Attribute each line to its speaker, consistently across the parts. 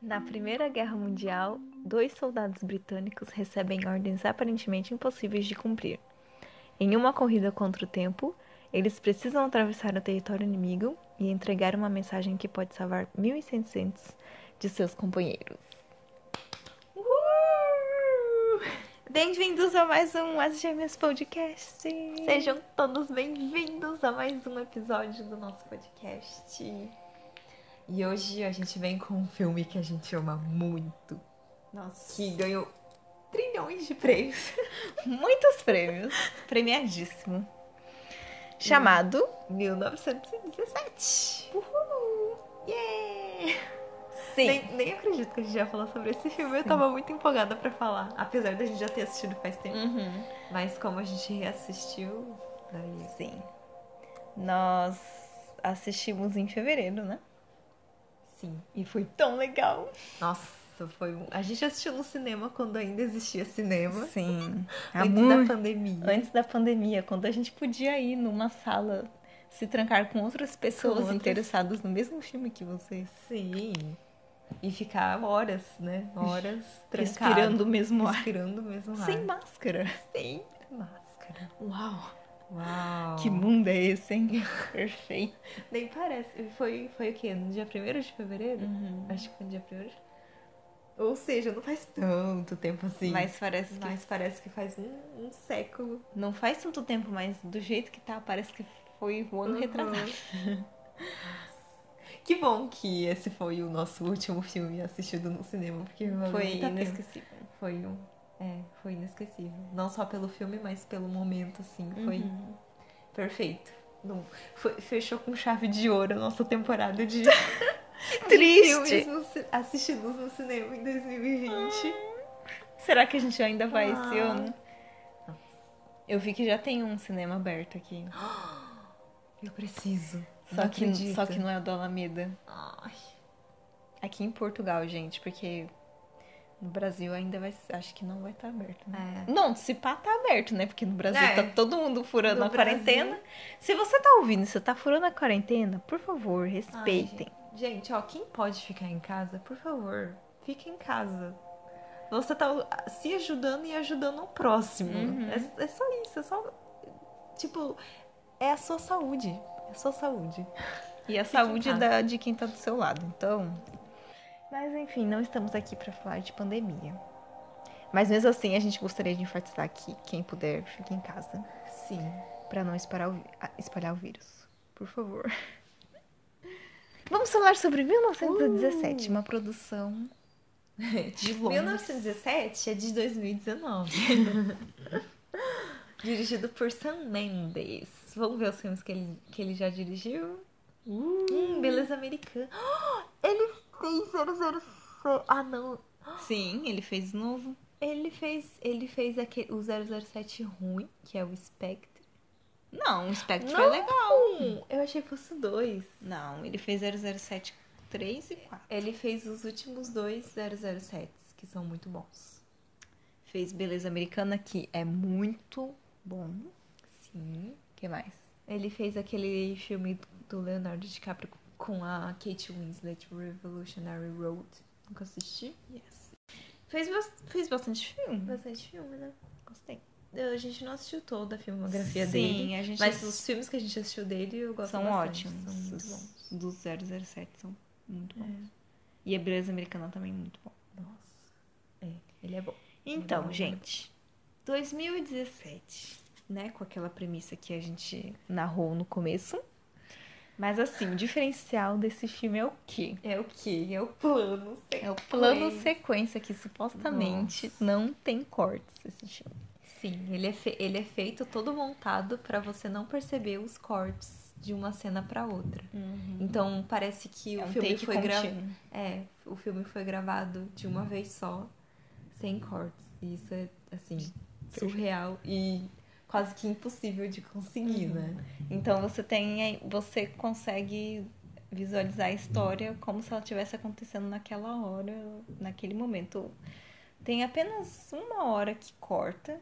Speaker 1: Na Primeira Guerra Mundial, dois soldados britânicos recebem ordens aparentemente impossíveis de cumprir. Em uma corrida contra o tempo, eles precisam atravessar o território inimigo e entregar uma mensagem que pode salvar 1.600 de seus companheiros. Uhul! Bem-vindos a mais um As Gêmeas Podcast! Sejam todos bem-vindos a mais um episódio do nosso podcast. E hoje a gente vem com um filme que a gente ama muito,
Speaker 2: Nossa.
Speaker 1: que ganhou trilhões de prêmios, muitos prêmios, premiadíssimo, chamado 1917. Uhul! Yeah!
Speaker 2: Sim.
Speaker 1: Nem, nem acredito que a gente já falou sobre esse filme, eu tava muito empolgada pra falar, apesar da gente já ter assistido faz
Speaker 2: Hum.
Speaker 1: tempo, mas como a gente reassistiu, daí...
Speaker 2: Sim.
Speaker 1: Nós assistimos em fevereiro, né?
Speaker 2: Sim.
Speaker 1: E foi tão legal. Nossa, foi um... A gente assistiu no cinema quando ainda existia cinema.
Speaker 2: Sim.
Speaker 1: antes da pandemia.
Speaker 2: Antes da pandemia, quando a gente podia ir numa sala se trancar com outras pessoas
Speaker 1: outras.
Speaker 2: interessadas no mesmo filme que vocês.
Speaker 1: Sim. E ficar horas, né? Horas trancado.
Speaker 2: Respirando o mesmo ar.
Speaker 1: Respirando mesmo ar.
Speaker 2: Sem máscara.
Speaker 1: Sem máscara.
Speaker 2: Uau!
Speaker 1: Uau.
Speaker 2: Que mundo é esse, hein? Perfeito.
Speaker 1: Nem parece. Foi, foi o quê? No dia 1 de fevereiro?
Speaker 2: Uhum.
Speaker 1: Acho que foi no dia 1 ou seja, não faz tanto tempo assim.
Speaker 2: Mas parece que.
Speaker 1: Mas parece que faz um, um século.
Speaker 2: Não faz tanto tempo, mas do jeito que tá, parece que foi o ano
Speaker 1: Uhum.
Speaker 2: retrasado.
Speaker 1: Que bom que esse foi o nosso último filme assistido no cinema, porque valeu
Speaker 2: Foi
Speaker 1: muito a pena.
Speaker 2: inesquecível.
Speaker 1: Foi um. É, foi inesquecível. Não só pelo filme, mas pelo momento, assim. Foi
Speaker 2: Uhum.
Speaker 1: perfeito. Não, foi- fechou com chave de ouro a nossa temporada de filmes
Speaker 2: Triste!
Speaker 1: no ci- assistidos no cinema em 2020.
Speaker 2: Será que a gente ainda vai esse
Speaker 1: Ah.
Speaker 2: ano? Eu vi que já tem um cinema aberto aqui.
Speaker 1: Ah, Eu preciso.
Speaker 2: Só que, só que não é o do Alameda.
Speaker 1: Ai,
Speaker 2: Aqui em Portugal, gente, porque no Brasil ainda vai. Acho que não vai estar aberto, né?
Speaker 1: é.
Speaker 2: Não, se pá tá aberto, né? Porque no Brasil
Speaker 1: É.
Speaker 2: tá todo mundo furando
Speaker 1: No
Speaker 2: a
Speaker 1: Brasil.
Speaker 2: quarentena. Se você tá ouvindo, e você tá furando a quarentena, por favor, respeitem.
Speaker 1: Gente, ó, quem pode ficar em casa, por favor, fique em casa. Você tá se ajudando e ajudando o próximo.
Speaker 2: Uhum.
Speaker 1: É, é só isso, é só. Tipo, é a sua saúde. É a sua saúde.
Speaker 2: e a
Speaker 1: em
Speaker 2: saúde
Speaker 1: casa.
Speaker 2: da, de quem tá do seu lado, então. Mas enfim, não estamos aqui pra falar de pandemia. Mas mesmo assim, a gente gostaria de enfatizar que quem puder, fique em casa.
Speaker 1: Sim.
Speaker 2: Pra não espalhar o, vi- ah, espalhar o vírus. Por favor. Vamos falar sobre 1917, uma produção de Londres.
Speaker 1: 1917 é de 2019. Dirigido por Sam Mendes. Vamos ver os filmes que ele, que ele já dirigiu?
Speaker 2: Uh.
Speaker 1: Hum, Beleza Americana. Ele fez 007. Ah, não.
Speaker 2: Sim, ele fez novo.
Speaker 1: Ele fez, ele fez aquele, o 007 ruim, que é o Spectre.
Speaker 2: Não, o Spectre
Speaker 1: Não.
Speaker 2: foi legal.
Speaker 1: Um, eu achei que fosse o dois.
Speaker 2: Não, ele fez 007, 3 e 4.
Speaker 1: Ele fez os últimos dois 007, que são muito bons.
Speaker 2: Fez Beleza Americana, que é muito bom.
Speaker 1: Sim.
Speaker 2: O que mais?
Speaker 1: Ele fez aquele filme do Leonardo DiCaprio com a Kate Winslet, Revolutionary Road. Nunca assisti.
Speaker 2: Yes. Fez, bas- fez bastante filme.
Speaker 1: Bastante filme, né?
Speaker 2: Gostei.
Speaker 1: A gente não assistiu toda a filmografia
Speaker 2: Sim,
Speaker 1: dele.
Speaker 2: a gente
Speaker 1: Mas os filmes que a gente assistiu dele, eu gosto
Speaker 2: são
Speaker 1: bastante.
Speaker 2: ótimos. É.
Speaker 1: São muito bons.
Speaker 2: Os dos 007 são muito bons.
Speaker 1: É.
Speaker 2: E a Beleza Americana também é muito bom.
Speaker 1: Nossa. É, ele é bom.
Speaker 2: Então,
Speaker 1: Legal.
Speaker 2: gente, 2017, né? Com aquela premissa que a gente narrou no começo. Mas assim, o diferencial desse filme é o quê?
Speaker 1: É o que? É o plano.
Speaker 2: É o plano sequência que supostamente não tem cortes esse filme.
Speaker 1: Sim, ele é, fe- ele é feito todo montado pra você não perceber os cortes de uma cena pra outra. Então parece que
Speaker 2: É
Speaker 1: o
Speaker 2: um
Speaker 1: filme
Speaker 2: take
Speaker 1: foi gravado.
Speaker 2: contínuo.
Speaker 1: É, o filme foi gravado de uma vez só, sem cortes. E isso é assim, surreal e quase que impossível de conseguir, né?
Speaker 2: Então você tem, aí- você consegue visualizar a história como se ela estivesse acontecendo naquela hora, naquele momento. Tem apenas uma hora que corta,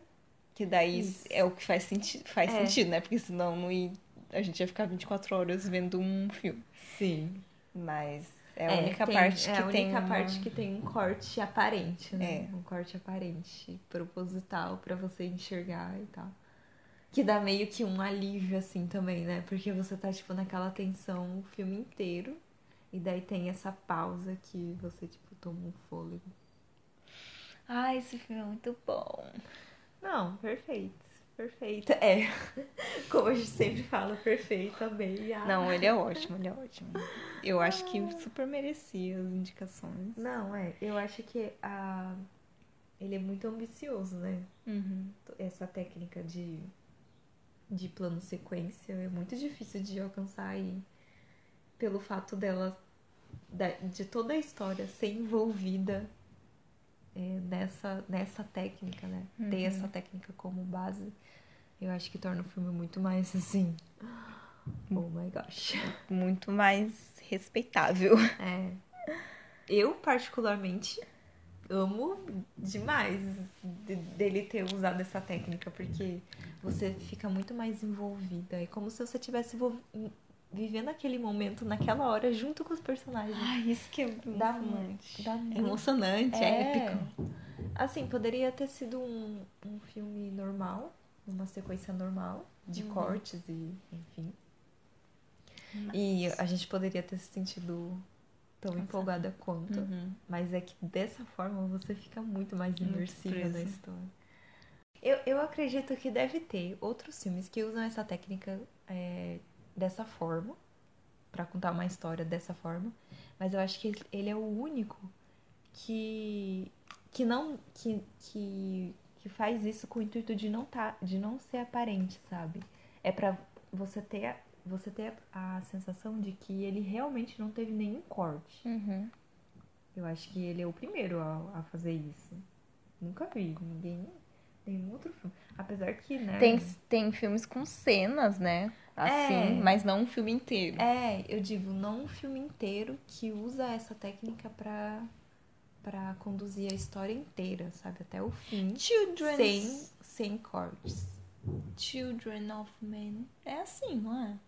Speaker 2: que daí
Speaker 1: Isso.
Speaker 2: é o que faz, senti faz
Speaker 1: É.
Speaker 2: sentido, né? Porque senão não ia- a gente ia ficar 24 horas vendo um filme.
Speaker 1: Sim.
Speaker 2: Mas É a única parte
Speaker 1: é
Speaker 2: que
Speaker 1: a
Speaker 2: tem.
Speaker 1: única
Speaker 2: uma-
Speaker 1: parte que tem um corte aparente, né?
Speaker 2: É.
Speaker 1: Um corte aparente, proposital pra você enxergar e tal. Que dá meio que um alívio assim também, né? Porque você tá tipo naquela tensão o filme inteiro e daí tem essa pausa que você tipo toma um fôlego.
Speaker 2: Ah, esse filme é muito bom.
Speaker 1: Não, perfeito. Perfeito. É. Como a gente sempre fala, perfeito, amei. ah.
Speaker 2: Não, ele é ótimo, ele é ótimo. Eu acho que super merecia as indicações.
Speaker 1: Não, é. Eu acho que a... ele é muito ambicioso, né?
Speaker 2: Uhum.
Speaker 1: essa técnica de, de plano sequência é muito difícil de alcançar e pelo fato dela da- de toda a história ser envolvida é, nessa, nessa técnica, né? Ter
Speaker 2: Uhum.
Speaker 1: essa técnica como base, eu acho que torna o filme muito mais assim. Oh my gosh.
Speaker 2: Muito mais respeitável.
Speaker 1: É. Eu, particularmente, amo demais de- dele ter usado essa técnica, porque você fica muito mais envolvida. É como se você estivesse vivendo aquele momento, naquela hora, junto com os personagens.
Speaker 2: Ai, isso que é
Speaker 1: Dá
Speaker 2: emocionante.
Speaker 1: dá muito.
Speaker 2: É emocionante, é, épico.
Speaker 1: Assim, poderia ter sido um, um filme normal, uma sequência normal, de
Speaker 2: Uhum.
Speaker 1: cortes e enfim. E a gente poderia ter se sentido tão
Speaker 2: Cansada.
Speaker 1: empolgada quanto.
Speaker 2: Uhum.
Speaker 1: Mas é que dessa forma você fica muito mais
Speaker 2: Muito
Speaker 1: imersiva
Speaker 2: presa.
Speaker 1: na história. Eu, eu acredito que deve ter outros filmes que usam essa técnica é, dessa forma, Pra contar uma história dessa forma, mas eu acho que ele é o único que que não que, que, que faz isso com o intuito de não tá, de não ser aparente, sabe? É pra você ter a- você ter a sensação de que ele realmente não teve nenhum corte.
Speaker 2: Uhum.
Speaker 1: Eu acho que ele é o primeiro a, a fazer isso. Nunca vi ninguém, nenhum outro filme. Apesar que, né?
Speaker 2: Tem, tem filmes com cenas, né? Assim,
Speaker 1: É.
Speaker 2: mas não um filme inteiro.
Speaker 1: É, eu digo, não um filme inteiro que usa essa técnica pra, pra conduzir a história inteira, sabe? Até o fim.
Speaker 2: Children,
Speaker 1: Sem, sem cortes.
Speaker 2: Children of Men. É assim, não é?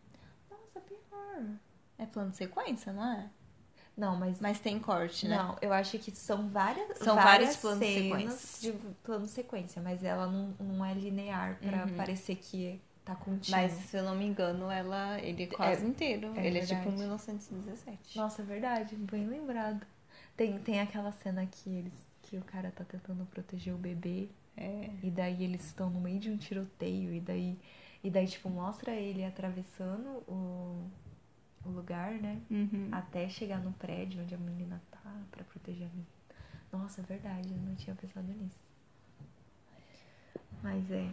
Speaker 1: Nossa, pior.
Speaker 2: É plano de sequência, não é?
Speaker 1: Não, mas.
Speaker 2: Mas tem corte, né?
Speaker 1: Não, eu acho que são várias
Speaker 2: São vários
Speaker 1: várias
Speaker 2: planos
Speaker 1: cenas de plano sequência, mas ela não, não é linear pra
Speaker 2: Uhum.
Speaker 1: parecer que tá contínuo.
Speaker 2: Mas, se eu não me engano, ela, ele é quase inteiro.
Speaker 1: é
Speaker 2: ele é
Speaker 1: verdade.
Speaker 2: tipo 1917.
Speaker 1: Nossa, é verdade, bem lembrado. Tem, tem aquela cena que eles que o cara tá tentando proteger o bebê
Speaker 2: É.
Speaker 1: e daí eles estão no meio de um tiroteio e daí e daí tipo mostra ele atravessando o, o lugar, né?
Speaker 2: Uhum.
Speaker 1: Até chegar no prédio onde a menina tá pra proteger a menina. Nossa, é verdade, eu não tinha pensado nisso. Mas é.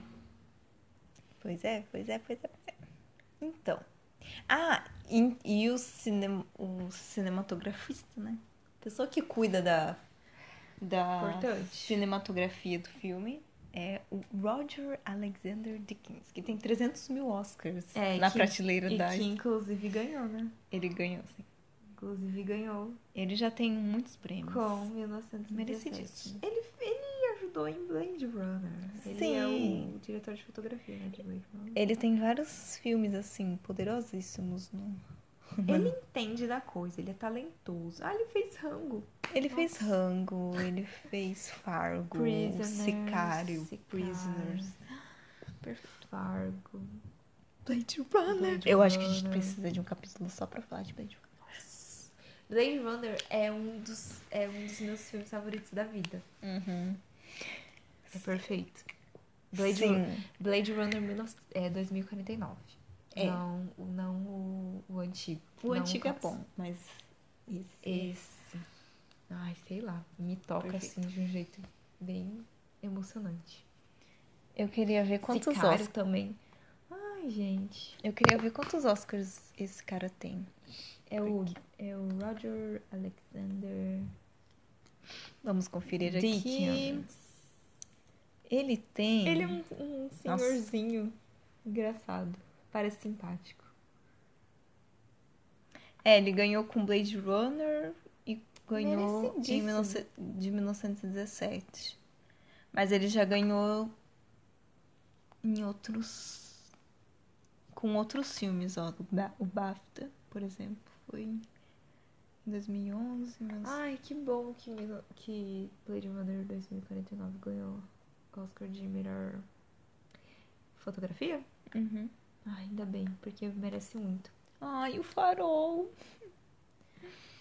Speaker 2: Pois é, pois é, pois é, pois é. Então. Ah, e, e o, cine, o cinematografista, né? A pessoa que cuida da, da
Speaker 1: Importante.
Speaker 2: cinematografia do filme é o Roger Alexander Dickens, que tem 300 mil Oscars
Speaker 1: É,
Speaker 2: na
Speaker 1: que-
Speaker 2: prateleira
Speaker 1: E
Speaker 2: da.
Speaker 1: que inclusive ganhou, né?
Speaker 2: Ele ganhou, assim.
Speaker 1: Inclusive ganhou
Speaker 2: Ele já tem muitos prêmios.
Speaker 1: com 1917.
Speaker 2: Merecidíssimo.
Speaker 1: Ele, ele ajudou em Blade Runner. Ele é
Speaker 2: Sim.
Speaker 1: o diretor de fotografia né, de Blade Runner.
Speaker 2: Ele tem vários filmes, assim, poderosíssimos. No...
Speaker 1: Ele entende da coisa, ele é talentoso. Ah, ele fez rango.
Speaker 2: Ele fez
Speaker 1: Nossa.
Speaker 2: Rango, ele fez Fargo,
Speaker 1: Prisoners,
Speaker 2: Sicário,
Speaker 1: Sicário.
Speaker 2: Prisoners.
Speaker 1: Fargo.
Speaker 2: Blade Runner.
Speaker 1: Blade
Speaker 2: Eu acho que a gente
Speaker 1: Runner.
Speaker 2: precisa de um capítulo só pra falar de Blade
Speaker 1: Blade Runner é um dos, é um dos meus filmes favoritos da vida.
Speaker 2: Runner. Uhum.
Speaker 1: É perfeito. Blade,
Speaker 2: Blade
Speaker 1: Ru-
Speaker 2: Runner.
Speaker 1: Blade Runner 19 é 2049.
Speaker 2: É.
Speaker 1: Não, o- não o, o antigo.
Speaker 2: O
Speaker 1: Não É.
Speaker 2: antigo é
Speaker 1: clássico.
Speaker 2: bom, mas esse...
Speaker 1: Esse. Ai, sei lá. Me toca
Speaker 2: Perfeito.
Speaker 1: assim de um jeito bem emocionante.
Speaker 2: Eu queria ver quantos
Speaker 1: Sicário
Speaker 2: Oscars.
Speaker 1: também. Ai, gente.
Speaker 2: Eu queria ver quantos Oscars esse cara tem.
Speaker 1: É o, é o Roger Alexander
Speaker 2: Vamos conferir aqui.
Speaker 1: Dickens.
Speaker 2: Ele tem.
Speaker 1: Ele é um, um senhorzinho engraçado. Parece simpático.
Speaker 2: É, ele ganhou com Blade Runner e ganhou em
Speaker 1: Merecidíssimo.
Speaker 2: 19 de 1917. Mas ele já ganhou em outros. com outros filmes, ó. O Ba- o BAFTA, por exemplo, foi 2011, mas.
Speaker 1: Ai, que bom que, Mil- que Blade Runner 2049 ganhou o Oscar de melhor fotografia.
Speaker 2: Uhum.
Speaker 1: Ai, ainda bem, porque merece muito.
Speaker 2: Ai, o farol.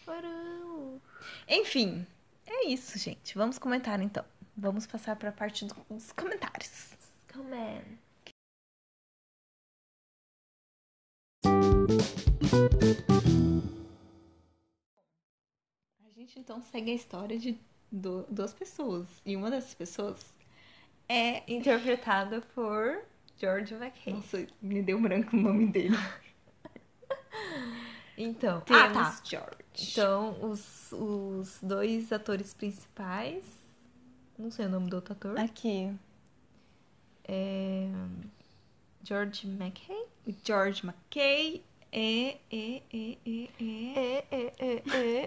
Speaker 1: Farão!
Speaker 2: Enfim, é isso, gente. Vamos comentar então. Vamos passar para a parte do- dos comentários.
Speaker 1: Come on!
Speaker 2: A gente então segue a história de do- duas pessoas. E uma dessas pessoas é.
Speaker 1: Interpretada por George McKay.
Speaker 2: Nossa, me deu branco o nome dele.
Speaker 1: Então,
Speaker 2: Temos
Speaker 1: ah, tá.
Speaker 2: George.
Speaker 1: Então, os, os dois atores principais. Não sei o nome do outro ator.
Speaker 2: Então, Aqui,
Speaker 1: É. George McKay?
Speaker 2: o George McKay é. é, é, é, é.
Speaker 1: É, é,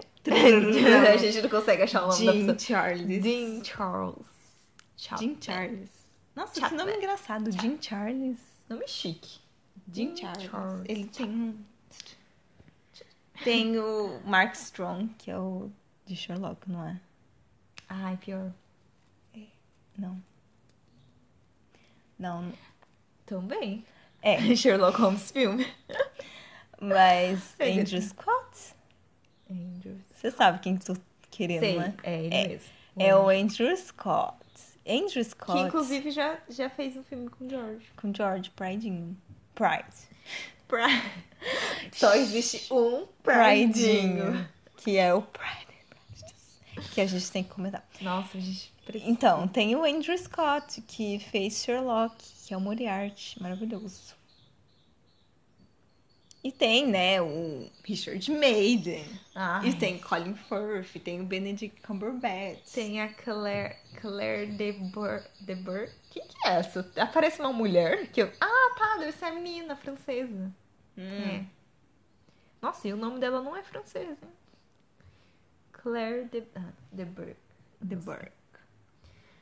Speaker 1: é, é. A gente não consegue achar o nome da pessoa.
Speaker 2: Jim Charles.
Speaker 1: Dean Charles. Chapman.
Speaker 2: Jim Charles. Nossa, que
Speaker 1: Chapman.
Speaker 2: nome engraçado. Jim Charles.
Speaker 1: Nome chique.
Speaker 2: Jim
Speaker 1: Dean
Speaker 2: Charles.
Speaker 1: Charles.
Speaker 2: Ele tem um. Tem o Mark Strong, que é o de Sherlock, não é?
Speaker 1: Ai, pior.
Speaker 2: Não. Não,
Speaker 1: Também.
Speaker 2: é.
Speaker 1: Sherlock Holmes filme.
Speaker 2: Mas
Speaker 1: Ele-
Speaker 2: Andrew Scott?
Speaker 1: Andrew.
Speaker 2: Você sabe quem tu querendo,
Speaker 1: Sei,
Speaker 2: né?
Speaker 1: é ele
Speaker 2: É.
Speaker 1: mesmo. Hum.
Speaker 2: É o Andrew Scott. Andrew Scott
Speaker 1: Que inclusive já, já fez um filme com o George.
Speaker 2: com George Pridinho. Pride.
Speaker 1: Só existe um
Speaker 2: Pridinho. Que é o Pride. Que a gente tem que comentar.
Speaker 1: Nossa, a gente precisa.
Speaker 2: Então, tem o Andrew Scott, que fez Sherlock, que é o Moriarty, maravilhoso. E tem, né, o Richard Maiden.
Speaker 1: Ai.
Speaker 2: E tem Colin Firth, tem o Benedict Cumberbatch.
Speaker 1: Tem a Claire, Claire de Boer. De Boer. Quem que é essa? Aparece uma mulher que eu... Ah, tá, deve ser a menina francesa.
Speaker 2: Hum.
Speaker 1: É. Nossa, e o nome dela não é francês, hein? Claire de, ah, de Boer.
Speaker 2: The Burke.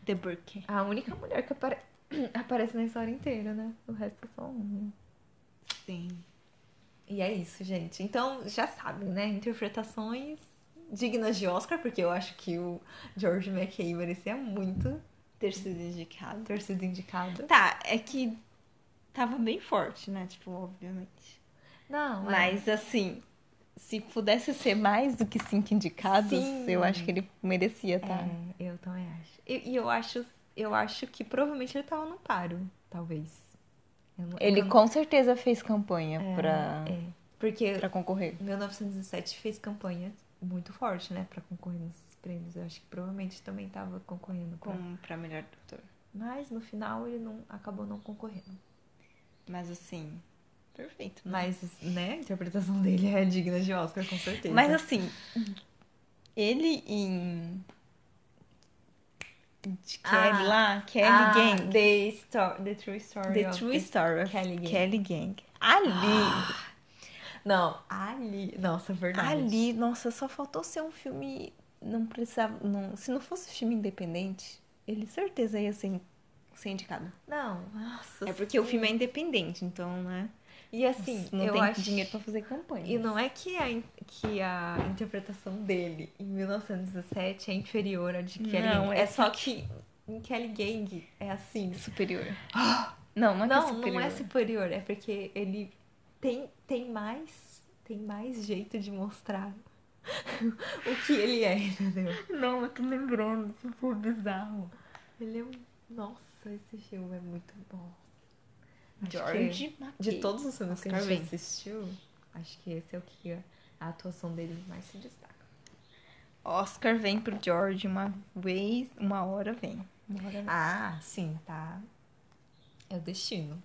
Speaker 2: The Burke.
Speaker 1: A única mulher que apare- aparece na história inteira, né? O resto é só homem.
Speaker 2: Sim.
Speaker 1: E é isso, gente. Então, já sabem, né? Interpretações dignas de Oscar, porque eu acho que o George McKay merecia muito
Speaker 2: Ter sido indicado.
Speaker 1: ter sido indicado.
Speaker 2: Tá, é que tava bem forte, né? Tipo, obviamente.
Speaker 1: Não, é.
Speaker 2: Mas assim, se pudesse ser mais do que cinco indicados,
Speaker 1: Sim.
Speaker 2: eu acho que ele merecia, tá?
Speaker 1: É, eu também acho. E, e eu acho, eu acho que provavelmente ele tava no paro, talvez. Eu não-
Speaker 2: Ele
Speaker 1: eu não-
Speaker 2: com certeza fez campanha pra,
Speaker 1: é, porque
Speaker 2: pra concorrer.
Speaker 1: 1917 fez campanha muito forte, né, Pra concorrer nesses prêmios. Eu acho que provavelmente também tava concorrendo com.
Speaker 2: Com, pra melhor doutor.
Speaker 1: Mas no final ele não acabou não concorrendo.
Speaker 2: Mas assim, perfeito.
Speaker 1: Mas, né, a interpretação dele é digna de Oscar, com certeza.
Speaker 2: Mas assim, ele em. De Kelly
Speaker 1: Ah.
Speaker 2: lá, Kelly
Speaker 1: ah,
Speaker 2: Gang.
Speaker 1: The, sto- the True Story.
Speaker 2: é The
Speaker 1: of
Speaker 2: True Story of
Speaker 1: Kelly Gang.
Speaker 2: Gang. Ah. Ali,
Speaker 1: Não, ali. Nossa, é verdade.
Speaker 2: ali, nossa, só faltou ser um filme. Não precisava. Não, se não fosse um filme independente, ele certeza ia ser, ser indicado.
Speaker 1: Não, nossa.
Speaker 2: É porque o
Speaker 1: sim.
Speaker 2: filme é independente, então, né?
Speaker 1: E assim,
Speaker 2: não
Speaker 1: eu
Speaker 2: tem
Speaker 1: acho.
Speaker 2: dinheiro pra fazer campanha.
Speaker 1: E não é que a, in- que a interpretação dele em 1917 é inferior à de Kelly
Speaker 2: Não,
Speaker 1: Gang.
Speaker 2: é
Speaker 1: É só que em Kelly Gang é assim.
Speaker 2: Superior. Não, não é que
Speaker 1: Não,
Speaker 2: superior.
Speaker 1: não é superior. É porque ele tem, tem mais. Tem mais jeito de mostrar o que ele é, entendeu?
Speaker 2: Não, eu tô lembrando, tipo, bizarro.
Speaker 1: Ele é um. Nossa, esse filme é muito bom. Acho que
Speaker 2: George
Speaker 1: De todos os filmes que a
Speaker 2: Oscar
Speaker 1: gente
Speaker 2: Vance.
Speaker 1: assistiu, acho que esse é o que a- a atuação dele mais se destaca.
Speaker 2: Oscar vem pro George uma vez, uma hora vem. Uma hora
Speaker 1: Ah, sim, tá. É o destino.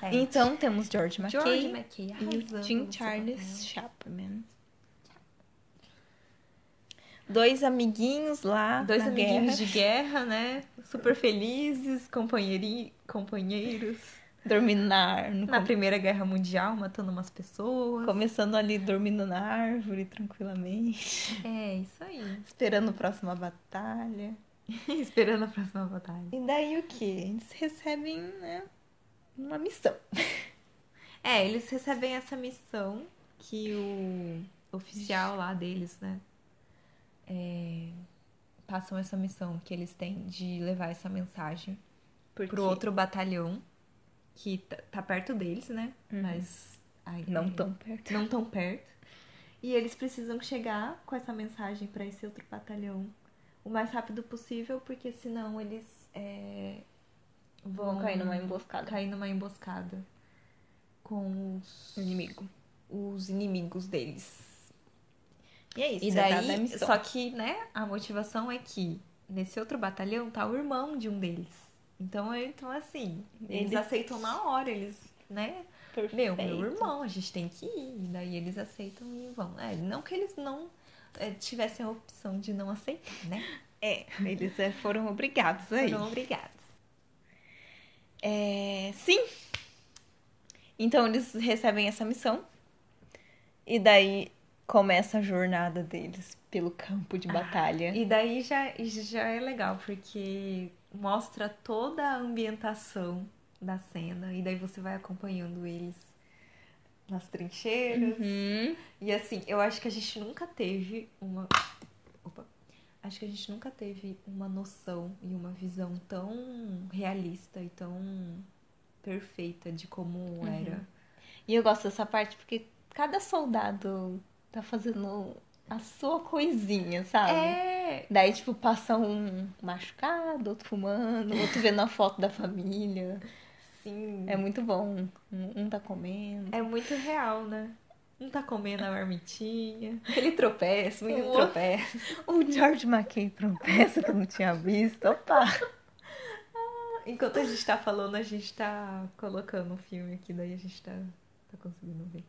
Speaker 2: vem. Então temos George McKay
Speaker 1: George McKay
Speaker 2: e
Speaker 1: arrasando tá
Speaker 2: o Jim
Speaker 1: no seu
Speaker 2: Charles Chapman. Dois amiguinhos lá.
Speaker 1: papel. Ah, Dois
Speaker 2: na
Speaker 1: amiguinhos
Speaker 2: guerra,
Speaker 1: de guerra, né? Super felizes, companheiri... companheiros.
Speaker 2: dormindo na árvore.
Speaker 1: Na Primeira Guerra Mundial, matando umas pessoas.
Speaker 2: Começando ali dormindo na árvore tranquilamente.
Speaker 1: É, isso aí.
Speaker 2: Esperando a próxima batalha.
Speaker 1: Esperando a próxima batalha.
Speaker 2: E daí o que? Eles recebem, né? Uma missão.
Speaker 1: É, eles recebem essa missão que o oficial lá deles, né? É, passam essa missão que eles têm de levar essa mensagem
Speaker 2: Porque
Speaker 1: pro outro batalhão que tá, tá perto deles, né?
Speaker 2: Uhum.
Speaker 1: Mas ai,
Speaker 2: não
Speaker 1: é,
Speaker 2: tão perto.
Speaker 1: não tão perto. E eles precisam chegar com essa mensagem para esse outro batalhão o mais rápido possível, porque senão eles é, vão,
Speaker 2: Vão cair numa emboscada.
Speaker 1: cair numa emboscada com os,
Speaker 2: Inimigo.
Speaker 1: os inimigos deles.
Speaker 2: E é isso.
Speaker 1: E
Speaker 2: tratado a
Speaker 1: daí,
Speaker 2: missão.
Speaker 1: só que, né, a motivação é que nesse outro batalhão tá o irmão de um deles. Então, é- então assim, eles,
Speaker 2: Eles-
Speaker 1: aceitam na hora, eles, né? Meu, meu irmão, a gente tem que ir. E daí eles aceitam e vão. É, não que eles não é, tivessem a opção de não aceitar, né?
Speaker 2: É, eles é, foram obrigados aí.
Speaker 1: Foram obrigados.
Speaker 2: É, sim. Então eles recebem essa missão. E daí começa a jornada deles pelo campo de batalha.
Speaker 1: E daí já, já é legal, porque mostra toda a ambientação da cena. E daí você vai acompanhando eles nas trincheiras.
Speaker 2: Uhum.
Speaker 1: E assim, eu acho que a gente nunca teve uma. Opa! Acho que a gente nunca teve uma noção e uma visão tão realista e tão perfeita de como
Speaker 2: Uhum.
Speaker 1: era.
Speaker 2: E eu gosto dessa parte porque cada soldado tá fazendo a sua coisinha, sabe?
Speaker 1: É!
Speaker 2: Daí, tipo, passa um machucado, outro fumando, outro vendo a foto da família.
Speaker 1: Sim.
Speaker 2: É muito bom. Um um tá comendo.
Speaker 1: É muito real, né? Um tá comendo a marmitinha.
Speaker 2: Ele tropeça, o menino
Speaker 1: O-
Speaker 2: tropeça. O George McKay tropeça, que eu não tinha visto. Opa!
Speaker 1: Enquanto a gente tá falando, a gente tá colocando o filme aqui, daí a gente tá, tá conseguindo ver.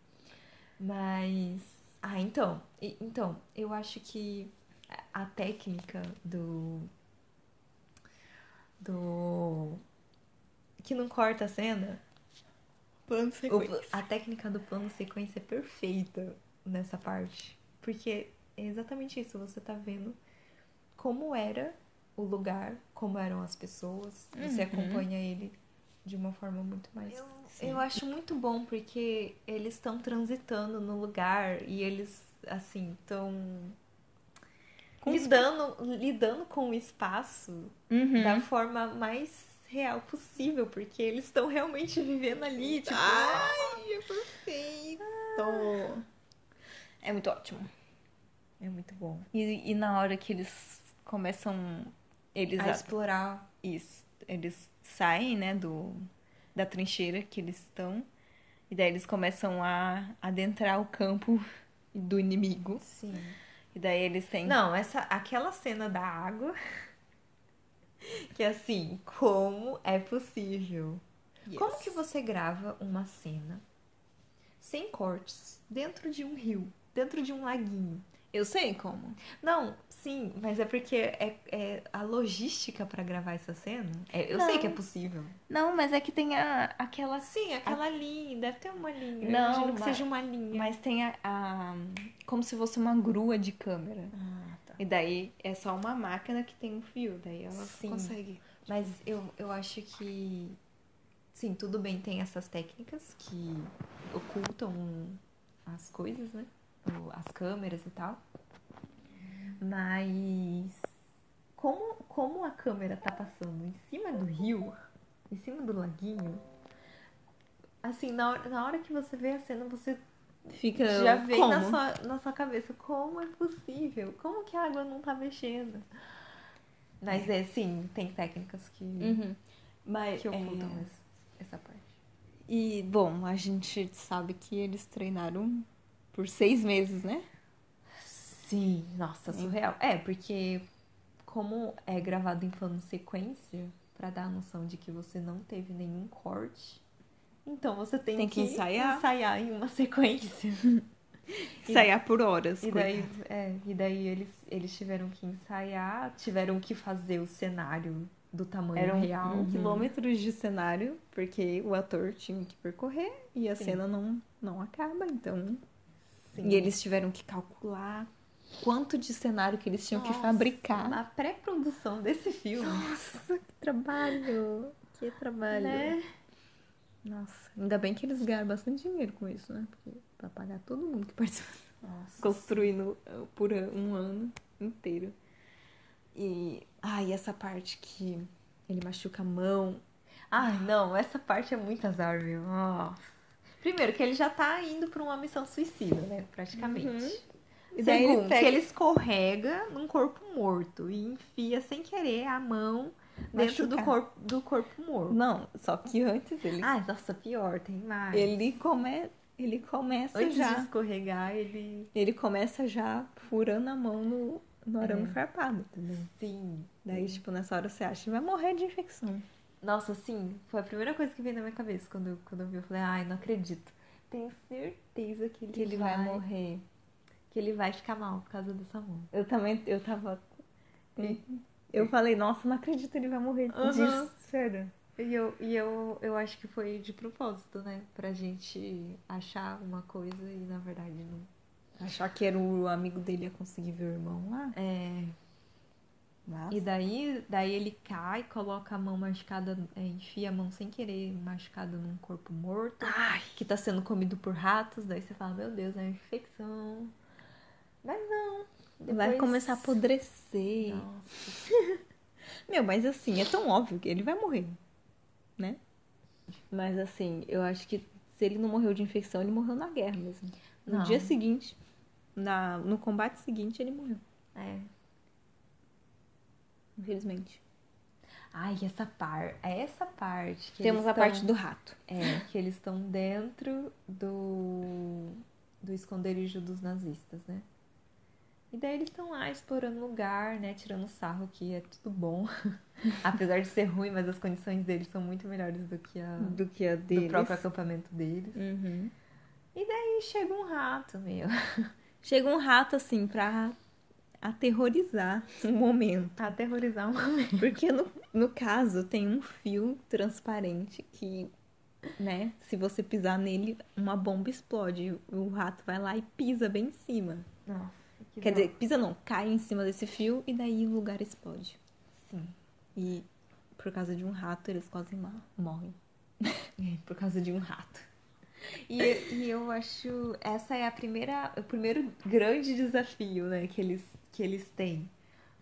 Speaker 1: Mas. Ah, então. e- Então, eu acho que a- a técnica do. Do. Que não corta a cena.
Speaker 2: Plano
Speaker 1: O- a técnica do plano sequência é perfeita nessa parte. Porque é exatamente isso. Você tá vendo como era o lugar, como eram as pessoas. Você
Speaker 2: Uhum.
Speaker 1: acompanha ele de uma forma muito mais. Eu,
Speaker 2: Sim.
Speaker 1: acho muito bom porque eles estão transitando no lugar e eles, assim, estão.
Speaker 2: Com os-
Speaker 1: Lidando, lidando com o espaço
Speaker 2: Uhum.
Speaker 1: da forma mais real possível, porque eles estão realmente vivendo ali, tipo,
Speaker 2: Ai, é perfeito! É muito ótimo.
Speaker 1: É muito bom.
Speaker 2: E, e na hora que eles começam. Eles,
Speaker 1: A
Speaker 2: a-
Speaker 1: explorar.
Speaker 2: isso, eles saem, né, do, da trincheira que eles estão. E daí eles começam a adentrar o campo do inimigo.
Speaker 1: Sim.
Speaker 2: E daí eles têm.
Speaker 1: Não, essa, aquela cena da água. Que assim, como é possível?
Speaker 2: Yes.
Speaker 1: Como que você grava uma cena sem cortes, dentro de um rio, dentro de um laguinho?
Speaker 2: Eu sei como.
Speaker 1: Não, sim, mas é porque é, é a logística pra gravar essa cena. é- eu
Speaker 2: Não.
Speaker 1: sei que é possível.
Speaker 2: Não, mas é que tem a, aquela.
Speaker 1: Sim, aquela linha, deve ter uma linha. Eu
Speaker 2: Não,
Speaker 1: imagino que
Speaker 2: mas-
Speaker 1: seja uma linha.
Speaker 2: Mas tem a, a- Como se fosse uma grua de câmera.
Speaker 1: Ah, tá.
Speaker 2: E daí é só uma máquina que tem um fio. Daí ela
Speaker 1: Sim.
Speaker 2: consegue.
Speaker 1: Mas eu, eu acho que. Sim, tudo bem, tem essas técnicas que ocultam as coisas, né? Ou As câmeras e tal. Mas. Como, como a câmera tá passando em cima do rio, em cima do laguinho. Assim, na hora, na hora que você vê a cena, você
Speaker 2: Fica.
Speaker 1: já vê
Speaker 2: Então, como?
Speaker 1: na sua, na sua cabeça como é possível, como que a água não tá mexendo. Mas é, sim, tem técnicas que
Speaker 2: Uhum. Mas,
Speaker 1: que
Speaker 2: é,
Speaker 1: ocultam essa, essa parte.
Speaker 2: E, bom, a gente sabe que eles treinaram por seis meses, né?
Speaker 1: Sim, nossa, surreal. É, porque como é gravado em plano sequência, pra dar a noção de que você não teve nenhum corte, então você tem,
Speaker 2: Tem que ensaiar.
Speaker 1: ensaiar em uma sequência. E-
Speaker 2: Ensaiar por horas.
Speaker 1: E daí, é, e daí eles, eles tiveram que ensaiar, tiveram que fazer o cenário do tamanho
Speaker 2: Eram
Speaker 1: real.
Speaker 2: um quilômetros de cenário, porque o ator tinha que percorrer e a
Speaker 1: Sim.
Speaker 2: cena não, não acaba, então.
Speaker 1: Sim.
Speaker 2: E eles tiveram que calcular quanto de cenário que eles tinham que
Speaker 1: Nossa,
Speaker 2: fabricar.
Speaker 1: Na pré-produção desse filme,
Speaker 2: Nossa, que trabalho! Que trabalho!
Speaker 1: né?
Speaker 2: Nossa, ainda bem que eh, eles ganharam bastante dinheiro com isso, né? Porque pra pagar todo mundo que participou.
Speaker 1: Nossa. construindo por um ano inteiro. E ai, essa parte que ele machuca a mão. Ai, não, essa parte é muito azar, viu? Oh. Primeiro, que ele já tá indo pra uma missão suicida, né? Praticamente. Uhum. E daí Segundo, ele pega... que ele escorrega num corpo morto e enfia sem querer a mão dentro Machucar. do corpo, do corpo morto.
Speaker 2: Não, só que antes ele.
Speaker 1: Ah, nossa, pior, tem mais.
Speaker 2: Ele começa. Ele começa
Speaker 1: Antes
Speaker 2: já.
Speaker 1: de escorregar, ele.
Speaker 2: Ele começa já furando a mão no, no arame é. farpado, entendeu?
Speaker 1: Sim.
Speaker 2: Daí, tipo, nessa hora você acha, vai morrer de infecção.
Speaker 1: Nossa, sim, foi a primeira coisa que veio na minha cabeça quando, quando eu vi. Eu falei, ai, não acredito. Tenho certeza que ele,
Speaker 2: que ele vai... vai morrer.
Speaker 1: Que ele vai ficar mal por causa dessa mão.
Speaker 2: Eu também, eu tava. E... Eu falei, nossa, não acredito, ele vai morrer uhum. disso, sério.
Speaker 1: E, eu, e eu, eu acho que foi de propósito, né? Pra gente achar alguma coisa e na verdade não.
Speaker 2: Achar que era o amigo dele ia conseguir ver o irmão lá?
Speaker 1: É. Nossa. E daí, daí ele cai, coloca a mão machucada, é, enfia a mão sem querer, machucada num corpo morto,
Speaker 2: Ai.
Speaker 1: que tá sendo comido por ratos. Daí você fala, meu Deus, é uma infecção. Mas não,
Speaker 2: depois... Vai começar a apodrecer. Meu, mas assim, é tão óbvio que ele vai morrer, né? Mas assim, eu acho que se ele não morreu de infecção, ele morreu na guerra mesmo. No
Speaker 1: Não.
Speaker 2: dia seguinte, na, no combate seguinte, ele morreu,
Speaker 1: É.
Speaker 2: infelizmente.
Speaker 1: Ai, essa parte. Essa parte. Que
Speaker 2: Temos
Speaker 1: eles
Speaker 2: a
Speaker 1: tão-
Speaker 2: parte do rato.
Speaker 1: É, que eles estão dentro do. do esconderijo dos nazistas, né? E daí eles estão lá explorando o lugar, né? Tirando sarro que é tudo bom. Apesar de ser ruim, mas as condições deles são muito melhores do que a
Speaker 2: Do que a
Speaker 1: do
Speaker 2: deles.
Speaker 1: próprio acampamento deles.
Speaker 2: Uhum.
Speaker 1: E chega um rato, meu.
Speaker 2: Chega um rato, assim, pra aterrorizar um momento.
Speaker 1: Pra aterrorizar um.
Speaker 2: Porque no, no caso tem um fio transparente que, né, se você pisar nele, uma bomba explode. O rato vai lá e pisa bem em cima.
Speaker 1: Nossa, que
Speaker 2: Quer
Speaker 1: dó.
Speaker 2: dizer, pisa não, cai em cima desse fio e daí o lugar explode.
Speaker 1: Sim.
Speaker 2: E por causa de um rato eles quase ma- morrem.
Speaker 1: É, por causa de um rato. E, e eu acho essa é a primeira, o primeiro grande desafio, né, que eles que eles têm,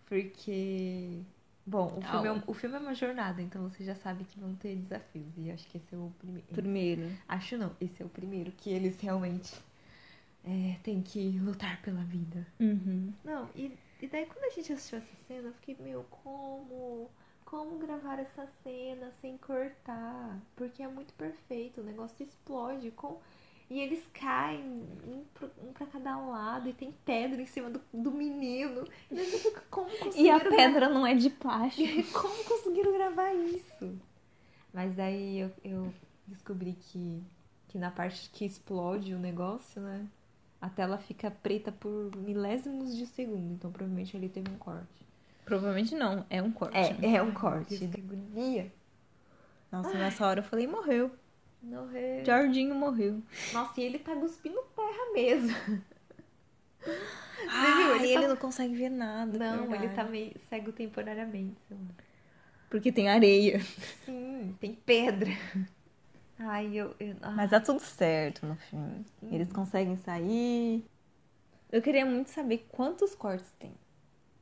Speaker 1: porque bom, o
Speaker 2: Ah,
Speaker 1: filme, é,
Speaker 2: o-
Speaker 1: um- o filme é uma jornada, então você já sabe que vão ter desafios e acho que esse é o primeiro.
Speaker 2: Primeiro.
Speaker 1: Acho não, esse é o primeiro que eles realmente é, têm que lutar pela vida.
Speaker 2: Uhum.
Speaker 1: Não, e, e daí quando a gente assistiu essa cena, eu fiquei, meu, como? Como gravar essa cena sem cortar? Porque é muito perfeito, o negócio explode com. E eles caem, um pro- um pra cada lado, e tem pedra em cima do, do menino. E eu fico, como
Speaker 2: E a
Speaker 1: conseguiram
Speaker 2: pedra não é de plástico.
Speaker 1: gra- Como conseguiram gravar isso? Mas daí eu, eu descobri que, que na parte que explode o negócio, né? A tela fica preta por milésimos de segundo, então provavelmente ele teve um corte.
Speaker 2: Provavelmente não, é um corte. né?
Speaker 1: É, é um corte.
Speaker 2: Nossa, nessa hora eu falei, morreu.
Speaker 1: Não re-
Speaker 2: Jorginho morreu.
Speaker 1: Nossa, e ele tá cuspindo terra mesmo.
Speaker 2: Ah,
Speaker 1: ele
Speaker 2: e
Speaker 1: tá-
Speaker 2: ele não consegue ver nada.
Speaker 1: Não, ele tá
Speaker 2: verdade.
Speaker 1: meio cego temporariamente, sei lá.
Speaker 2: Porque tem areia.
Speaker 1: Sim, tem pedra. Ai, eu. eu- ah.
Speaker 2: Mas dá tudo certo no fim. Eles conseguem sair. Eu queria muito saber quantos cortes tem.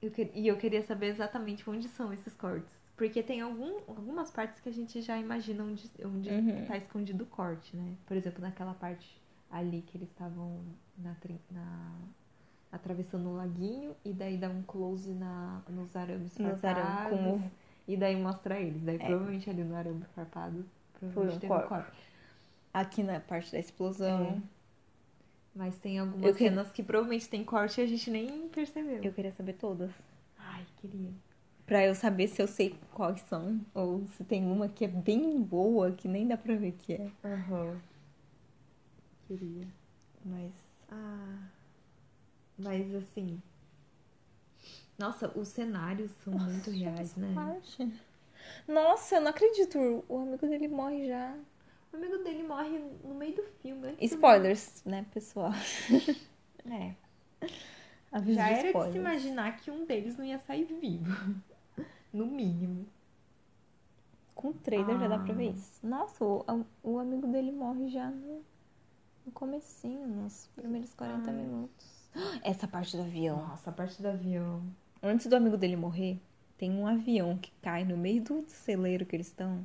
Speaker 1: Eu que- E eu queria saber exatamente onde são esses cortes. Porque tem algum- algumas partes que a gente já imagina onde, onde
Speaker 2: Uhum.
Speaker 1: tá escondido o corte, né? Por exemplo, naquela parte ali que eles estavam na, trin- na- atravessando o laguinho e daí dá um close na, nos arames
Speaker 2: Nos
Speaker 1: farpados.
Speaker 2: arames, como- É.
Speaker 1: E daí mostra eles. Daí provavelmente ali no arame farpado
Speaker 2: um
Speaker 1: provavelmente teve
Speaker 2: corte.
Speaker 1: um corte.
Speaker 2: Aqui na parte da explosão.
Speaker 1: Mas tem algumas
Speaker 2: Eu que-
Speaker 1: cenas que provavelmente tem corte e a gente nem percebeu.
Speaker 2: Eu queria saber todas.
Speaker 1: Ai, queria.
Speaker 2: É. Pra eu saber se eu sei quais são. Ou se tem uma que é bem boa, que nem dá pra ver que é.
Speaker 1: Queria.
Speaker 2: Mas.
Speaker 1: Ah, mas assim. Nossa, os cenários são muito reais, né?
Speaker 2: Parte. Nossa, eu não acredito. O amigo dele morre já.
Speaker 1: O amigo dele morre no meio do filme. antes do-
Speaker 2: Spoilers, né, pessoal?
Speaker 1: É.
Speaker 2: Aviso
Speaker 1: Já
Speaker 2: de
Speaker 1: era de se
Speaker 2: spoiler.
Speaker 1: imaginar que um deles não ia sair vivo. No mínimo.
Speaker 2: Com o trailer já dá pra ver
Speaker 1: Ah.
Speaker 2: isso. Nossa, o, o amigo dele morre já no, No comecinho, nos primeiros 40 minutos. Essa parte do avião.
Speaker 1: Nossa, a parte do avião.
Speaker 2: Antes do amigo dele morrer, tem um avião que cai no meio do celeiro que eles estão.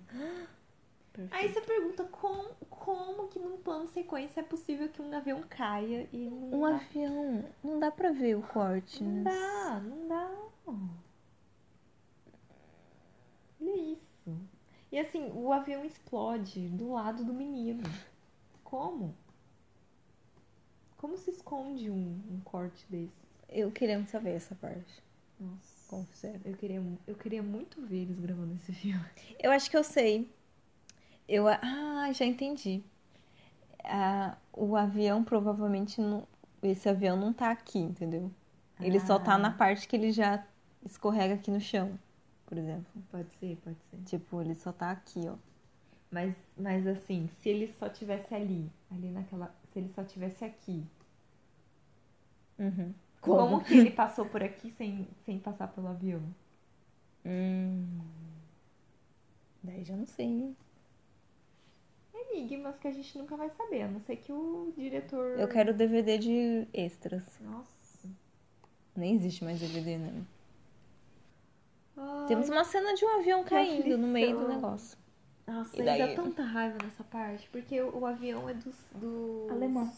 Speaker 1: Aí você pergunta como, como que num plano sequência é possível que um avião caia e não
Speaker 2: Um
Speaker 1: dá.
Speaker 2: avião. Não dá pra ver o corte.
Speaker 1: Não
Speaker 2: né?
Speaker 1: dá, não dá. Olha isso. E assim, o avião explode do lado do menino. Como? Como se esconde um, um corte desse?
Speaker 2: Eu queria muito saber essa parte.
Speaker 1: Nossa.
Speaker 2: Como fizeram.
Speaker 1: Eu queria, mu- eu queria muito ver eles gravando esse filme.
Speaker 2: Eu acho que eu sei. Eu, a- ah, já entendi. Ah, o avião provavelmente não. Esse avião não tá aqui, entendeu? Ele só tá
Speaker 1: Ah.
Speaker 2: na parte que ele já escorrega aqui no chão, por exemplo.
Speaker 1: Pode ser, pode ser.
Speaker 2: Tipo, ele só tá aqui, ó.
Speaker 1: Mas, mas assim, se ele só tivesse ali, ali naquela. Se ele só tivesse aqui. Como,
Speaker 2: Como?
Speaker 1: que ele passou por aqui sem, sem passar pelo avião?
Speaker 2: Hum. Daí já não sei. hein?
Speaker 1: Enigmas que a gente nunca vai saber, a não ser que o diretor.
Speaker 2: Eu quero DVD de extras.
Speaker 1: Nossa.
Speaker 2: Nem existe mais DVD, né?
Speaker 1: Ai,
Speaker 2: Temos uma cena de um avião
Speaker 1: que
Speaker 2: caindo no meio do
Speaker 1: aflição.
Speaker 2: negócio.
Speaker 1: Nossa,
Speaker 2: e
Speaker 1: e
Speaker 2: daí?
Speaker 1: dá tanta raiva nessa parte, porque o, o avião é dos. dos...
Speaker 2: Alemão.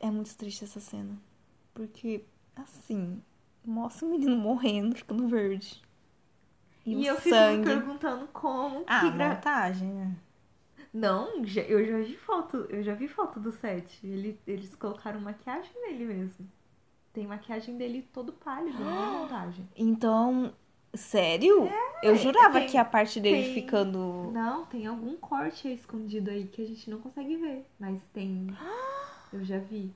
Speaker 2: É muito triste essa cena. Porque, assim, mostra o menino morrendo, ficando verde.
Speaker 1: E,
Speaker 2: E, o
Speaker 1: eu fico me
Speaker 2: sangue.
Speaker 1: perguntando como
Speaker 2: Ah,
Speaker 1: que gra-
Speaker 2: montagem, né?
Speaker 1: Não, já- eu já vi foto, eu já vi foto do set. Ele- eles colocaram maquiagem nele mesmo. Tem maquiagem dele todo pálido na montagem.
Speaker 2: Então, sério? eu jurava
Speaker 1: tem-
Speaker 2: que a parte dele
Speaker 1: tem-
Speaker 2: ficando.
Speaker 1: Não, tem algum corte escondido aí que a gente não consegue ver, mas tem. Eu já vi.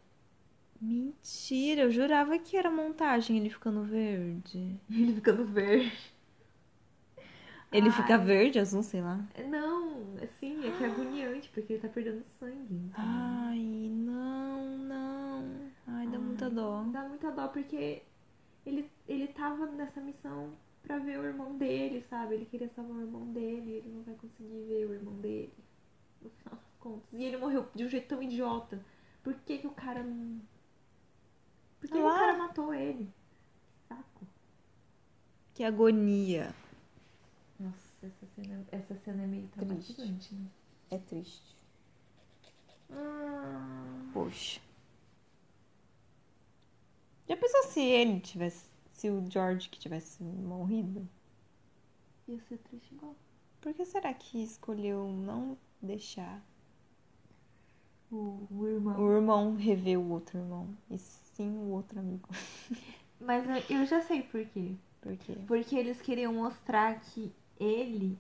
Speaker 2: Mentira, eu jurava que era montagem ele ficando verde.
Speaker 1: Ele ficando verde.
Speaker 2: Ele
Speaker 1: Ai.
Speaker 2: fica verde, azul, sei lá.
Speaker 1: Não, assim, é que é agoniante, porque ele tá perdendo sangue. então.
Speaker 2: Ai, não, não. Ai, dá muita dó.
Speaker 1: Dá muita dó, porque ele, ele tava nessa missão pra ver o irmão dele, sabe? Ele queria salvar o irmão dele, ele não vai conseguir ver o irmão dele. No final das contas. E ele morreu de um jeito tão idiota. Por que, que o cara não. Por que, que o
Speaker 2: Claro.
Speaker 1: cara matou ele? Saco.
Speaker 2: Que agonia.
Speaker 1: Nossa, essa cena, essa cena é meio
Speaker 2: Triste.
Speaker 1: traumatizante, né?
Speaker 2: É triste.
Speaker 1: Hum,
Speaker 2: Poxa. Já pensou se ele tivesse. Se o George que tivesse morrido?
Speaker 1: ia ser triste igual.
Speaker 2: Por que será que escolheu não deixar
Speaker 1: O, o irmão.
Speaker 2: o irmão rever o outro irmão? E sim o outro amigo.
Speaker 1: Mas eu- eu já sei por quê.
Speaker 2: Por quê?
Speaker 1: Porque eles queriam mostrar que ele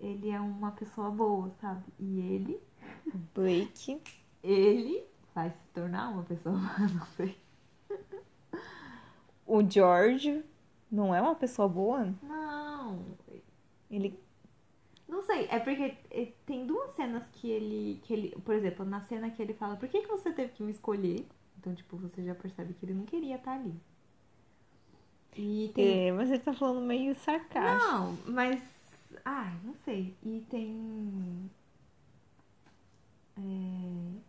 Speaker 1: ele é uma pessoa boa, sabe? E ele,
Speaker 2: Blake.
Speaker 1: ele vai se tornar uma pessoa boa, não sei.
Speaker 2: O George não é uma pessoa boa?
Speaker 1: Não,
Speaker 2: Ele.
Speaker 1: não sei, é porque eh, tem duas cenas que ele que ele, por exemplo, na cena que ele fala: "Por que que você teve que me escolher?" Então, tipo, você já percebe que ele não queria estar ali. E tem
Speaker 2: É, mas ele tá falando meio sarcástico.
Speaker 1: Não, mas. Ai, não sei. E tem. é,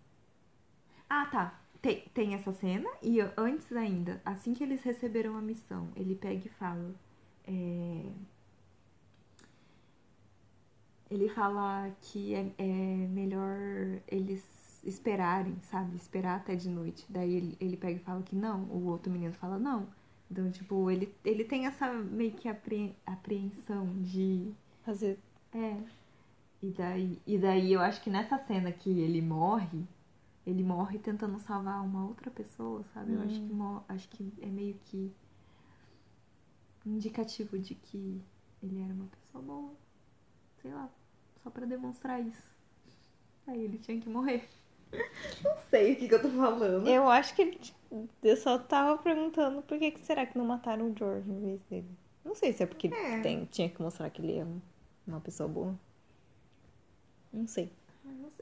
Speaker 1: Ah, tá. Tem, tem essa cena e eu- antes ainda, assim que eles receberam a missão, ele pega e fala. é, Ele fala que é, é melhor eles esperarem, sabe? Esperar até de noite. Daí ele, ele pega e fala que não. O outro menino fala não. Então, tipo, ele, ele tem essa meio que apre- apreensão de.
Speaker 2: Fazer.
Speaker 1: É. E daí, e daí eu acho que nessa cena que ele morre, ele morre tentando salvar uma outra pessoa, sabe? Eu acho que, mo- acho que é meio que indicativo de que ele era uma pessoa boa. Sei lá, só pra demonstrar isso. Aí ele tinha que morrer. Não sei o que, que eu tô falando.
Speaker 2: Eu acho que ele. Eu só tava perguntando por que, que será que não mataram o George em vez dele. Não sei se é porque
Speaker 1: É.
Speaker 2: tem- tinha que mostrar que ele é um- uma pessoa boa. Não sei.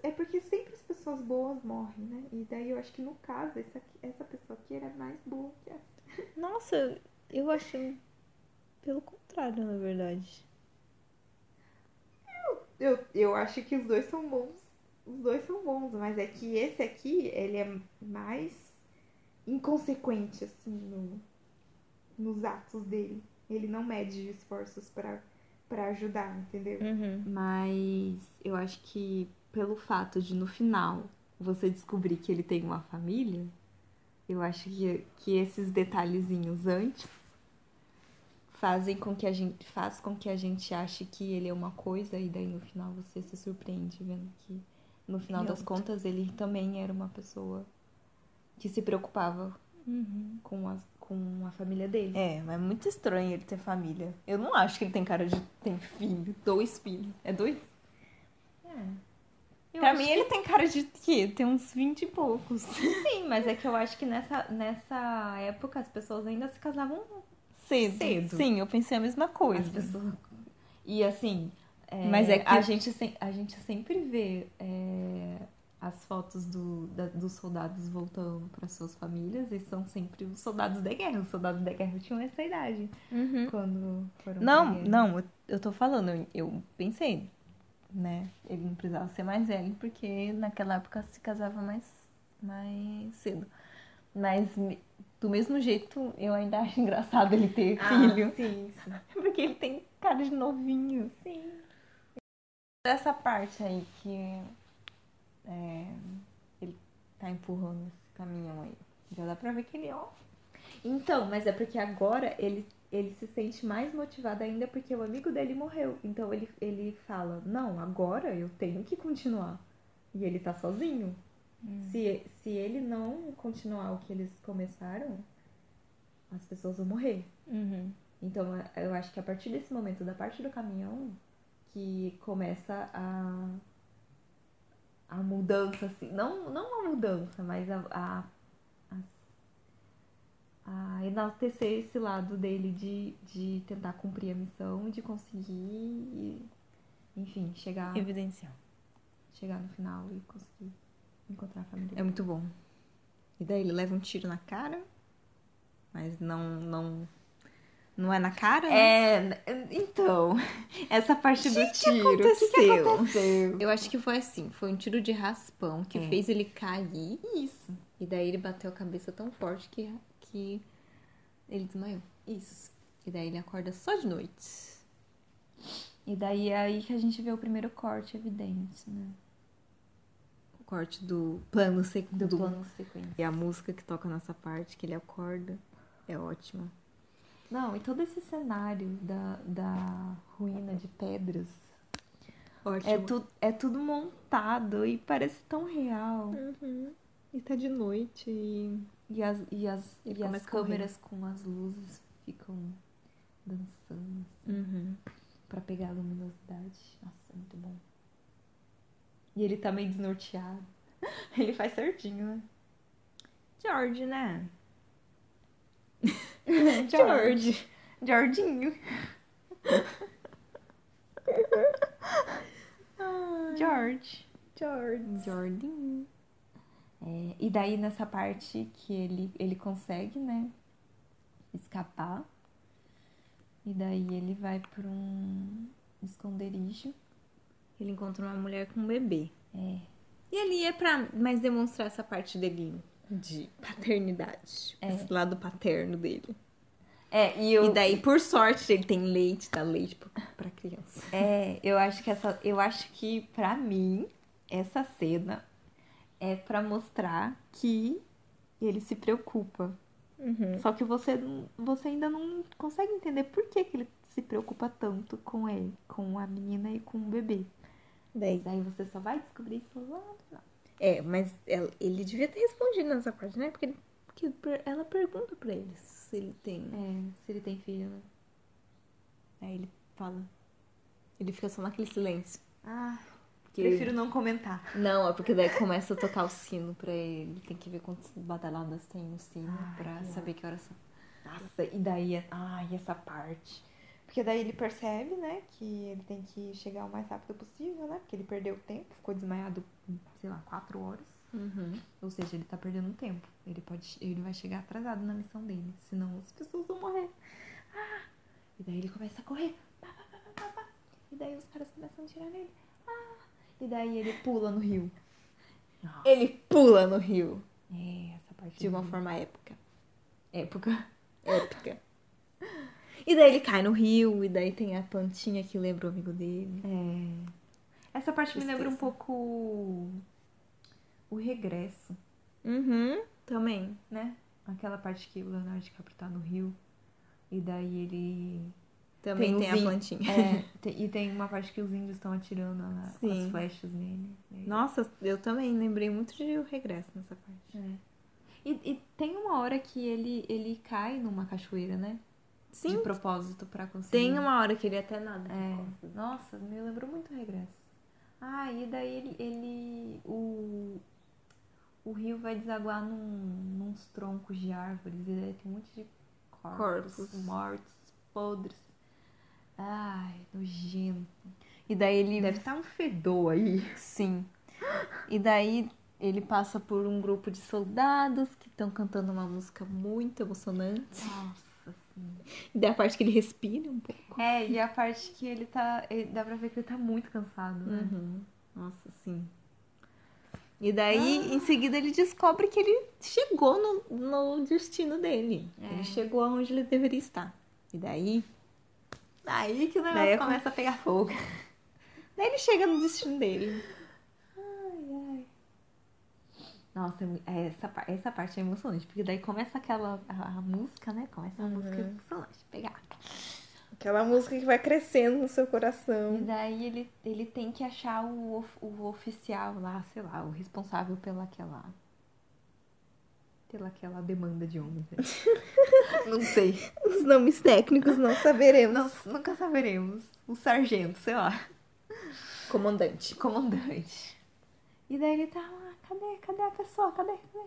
Speaker 1: É porque sempre as pessoas boas morrem, né? E daí eu acho que no caso, essa, aqui- essa pessoa aqui era mais boa que essa.
Speaker 2: Nossa, eu achei pelo contrário, na verdade.
Speaker 1: Eu, eu acho que os dois são bons
Speaker 3: Os dois são bons, mas é que esse aqui, ele é mais inconsequente, assim, no- nos atos dele. Ele não mede esforços pra, pra ajudar, entendeu?
Speaker 2: Uhum.
Speaker 1: Mas eu acho que pelo fato de no final você descobrir que ele tem uma família, eu acho que, que esses detalhezinhos antes fazem com que a gente faz com que a gente ache que ele é uma coisa e daí no final você se surpreende vendo que no final
Speaker 2: Ele é
Speaker 1: das contas ele também era uma pessoa que se preocupava com, as, com a família dele.
Speaker 2: Uhum. É, mas é muito estranho ele ter família. Eu não acho que ele tem cara de ter filho. Dois filhos. É dois?
Speaker 1: Eu
Speaker 2: pra
Speaker 1: acho
Speaker 2: mim, ele tem cara de quê? Tem uns 20 e poucos.
Speaker 1: Sim, mas é que eu acho que nessa, nessa época as pessoas ainda se casavam
Speaker 2: é Cedo.
Speaker 1: Cedo.
Speaker 2: Sim, eu pensei a mesma
Speaker 1: as
Speaker 2: coisa.
Speaker 1: pessoas. E assim, é,
Speaker 2: é. Mas é que-
Speaker 1: a, gente sem- a gente sempre vê é, as fotos do, da- dos soldados voltando para suas famílias e são sempre os soldados da guerra. Os soldados da guerra tinham essa idade Uhum. quando foram. pra
Speaker 2: Não,
Speaker 1: guerra.
Speaker 2: não, eu- eu tô falando, eu, eu pensei, né? Ele não precisava ser mais velho, porque naquela época se casava mais, mais cedo. Mas me- do mesmo jeito, eu ainda acho engraçado ele ter
Speaker 1: Ah,
Speaker 2: filho.
Speaker 3: Sim, sim.
Speaker 2: Porque ele tem cara de novinho. Sim. Essa parte aí que é, ele tá empurrando esse caminhão aí. Já dá pra ver que ele é um
Speaker 1: Então, mas é porque agora ele, ele se sente mais motivado ainda porque o amigo dele morreu. Então ele, ele fala: Não, agora eu tenho que continuar. E ele tá sozinho.
Speaker 2: Hum.
Speaker 1: Se, se ele não continuar o que eles começaram, as pessoas vão morrer.
Speaker 2: uhum.
Speaker 1: Então a- eu acho que a partir desse momento, da parte do caminhão, que começa a, a mudança, assim. Não, não a mudança, mas a, a, a, a enaltecer esse lado dele de, de tentar cumprir a missão, de conseguir, e, enfim, chegar,
Speaker 2: É evidencial.
Speaker 1: chegar no final e conseguir encontrar a família.
Speaker 2: É muito bom. E daí ele leva um tiro na cara, mas não não não é na cara, né?
Speaker 1: É, n- então, essa parte do tiro. o
Speaker 2: aconteceu?
Speaker 1: que que aconteceu?
Speaker 2: Eu acho que foi assim, foi um tiro de raspão que
Speaker 1: É.
Speaker 2: fez ele cair
Speaker 1: Isso,
Speaker 2: e daí ele bateu a cabeça tão forte que que ele desmaiou.
Speaker 1: isso.
Speaker 2: E daí ele acorda só de noite.
Speaker 1: E daí é aí que a gente vê o primeiro corte evidente, né?
Speaker 2: O corte do plano
Speaker 1: Do,
Speaker 2: segundo.
Speaker 1: plano sequência.
Speaker 2: E a música que toca nessa parte que ele acorda é ótima.
Speaker 1: Não, e todo esse cenário da, da ruína de pedras
Speaker 2: Ótimo.
Speaker 1: é, tu, é tudo montado e parece tão real.
Speaker 2: E tá de noite e
Speaker 1: E as, e as,
Speaker 2: Ele
Speaker 1: e as
Speaker 2: começa a correr.
Speaker 1: câmeras com as luzes ficam dançando
Speaker 2: Uhum.
Speaker 1: pra pegar a luminosidade. Nossa, é muito bom. E ele tá meio desnorteado. Ele faz certinho, né?
Speaker 2: George, né?
Speaker 1: George. Jorginho. George.
Speaker 3: George.
Speaker 1: Jordan. É, e daí nessa parte que ele, ele consegue, né? Escapar. E daí ele vai pra um esconderijo.
Speaker 2: Ele encontra uma mulher com um bebê. É. E ali é pra mais demonstrar essa parte dele de É. paternidade. Esse lado paterno dele.
Speaker 1: É, e
Speaker 2: E daí, por sorte, ele tem leite, dá leite pra, pra criança.
Speaker 1: É, eu acho que essa, eu acho que pra mim essa cena é pra mostrar que ele se preocupa.
Speaker 2: Uhum.
Speaker 1: Só que você, não- você ainda não consegue entender por que, que ele se preocupa tanto com ele, com a menina e com o bebê.
Speaker 2: Daí.
Speaker 1: Daí você só vai descobrir isso lá no final.
Speaker 2: É, mas ela- ele devia ter respondido nessa parte, né? Porque, ele- porque per- ela pergunta pra ele se ele tem.
Speaker 1: É, se ele tem filho, né?
Speaker 2: Aí né? ele fala. Ele fica só naquele silêncio.
Speaker 1: Ah,
Speaker 2: Porque-
Speaker 1: prefiro não comentar.
Speaker 2: Não, é porque daí começa a tocar o sino pra ele. Tem que ver quantas badaladas tem no sino pra saber que horas são.
Speaker 1: Nossa, e daí, ai, essa parte.
Speaker 3: Porque daí ele percebe, né, que ele tem que chegar o mais rápido possível, né? Porque ele perdeu o tempo.
Speaker 1: Ficou desmaiado, sei lá, quatro horas.
Speaker 2: Uhum.
Speaker 1: Ou seja, ele tá perdendo tempo. Ele pode, ele vai chegar atrasado na missão dele, senão as pessoas vão morrer. Ah! E daí ele começa a correr. Pá, pá, pá, pá, pá, pá. E daí os caras começam a tirar nele. Ah!
Speaker 4: E daí ele pula no rio.
Speaker 2: Ele pula no rio
Speaker 4: É, essa parte.
Speaker 2: de uma forma épica.
Speaker 1: É,
Speaker 4: época.
Speaker 2: Épica. E daí ele cai no rio, e daí tem a plantinha que lembra o amigo dele.
Speaker 4: É. Essa parte me lembra um
Speaker 2: Tristeza.
Speaker 4: pouco o regresso,
Speaker 2: Uhum, também.
Speaker 4: né? Aquela parte que o Leonardo DiCaprio tá no rio. E daí ele.
Speaker 2: Também
Speaker 4: Tem o
Speaker 2: tem, a
Speaker 4: vinho.
Speaker 2: plantinha.
Speaker 4: É, tem- e tem uma parte que os índios estão atirando a-
Speaker 2: Sim.
Speaker 4: as flechas nele. né?
Speaker 2: Nossa, eu também lembrei muito de O Regresso nessa parte.
Speaker 4: E, e tem uma hora que ele, ele cai numa cachoeira, né?
Speaker 2: Sim,
Speaker 4: De propósito pra conseguir.
Speaker 2: tem uma hora que ele até nada.
Speaker 4: É. Nossa, me lembrou muito o regresso. Ah, e daí ele. ele- o, o rio vai desaguar num, nos troncos de árvores. E daí tem um monte de corpos,
Speaker 2: Corpos.
Speaker 4: mortos, podres. Ai, nojento. E daí ele.
Speaker 2: Deve
Speaker 4: estar um fedor aí.
Speaker 2: Sim. E daí ele passa por um grupo de soldados que estão cantando uma música muito emocionante.
Speaker 4: Nossa, sim.
Speaker 2: E daí a parte que ele respira um pouco.
Speaker 4: É, e a parte que ele tá. ele- dá pra ver que ele tá muito cansado, né?
Speaker 2: Uhum. Nossa, sim. E daí, em seguida, ele descobre que ele chegou no, no destino dele. Ele chegou aonde ele deveria estar. E daí,
Speaker 4: Daí é que o negócio
Speaker 2: Daí eu
Speaker 4: começa a pegar fogo.
Speaker 2: daí ele chega no destino dele.
Speaker 4: Nossa, é mui- é, essa, par- essa parte é emocionante, porque daí começa aquela a, a música, né? Começa a música emocionante, pegar.
Speaker 2: Aquela música que vai crescendo no seu
Speaker 4: E
Speaker 2: coração.
Speaker 4: daí ele, ele tem que achar o, of- o oficial lá, sei lá, o responsável pela aquela. pela aquela demanda de homens. né? Não sei.
Speaker 2: Os nomes técnicos não saberemos.
Speaker 4: Nós nunca saberemos. O sargento, sei lá.
Speaker 2: Comandante.
Speaker 4: comandante. E daí ele tá lá, cadê, cadê a pessoa, cadê, cadê?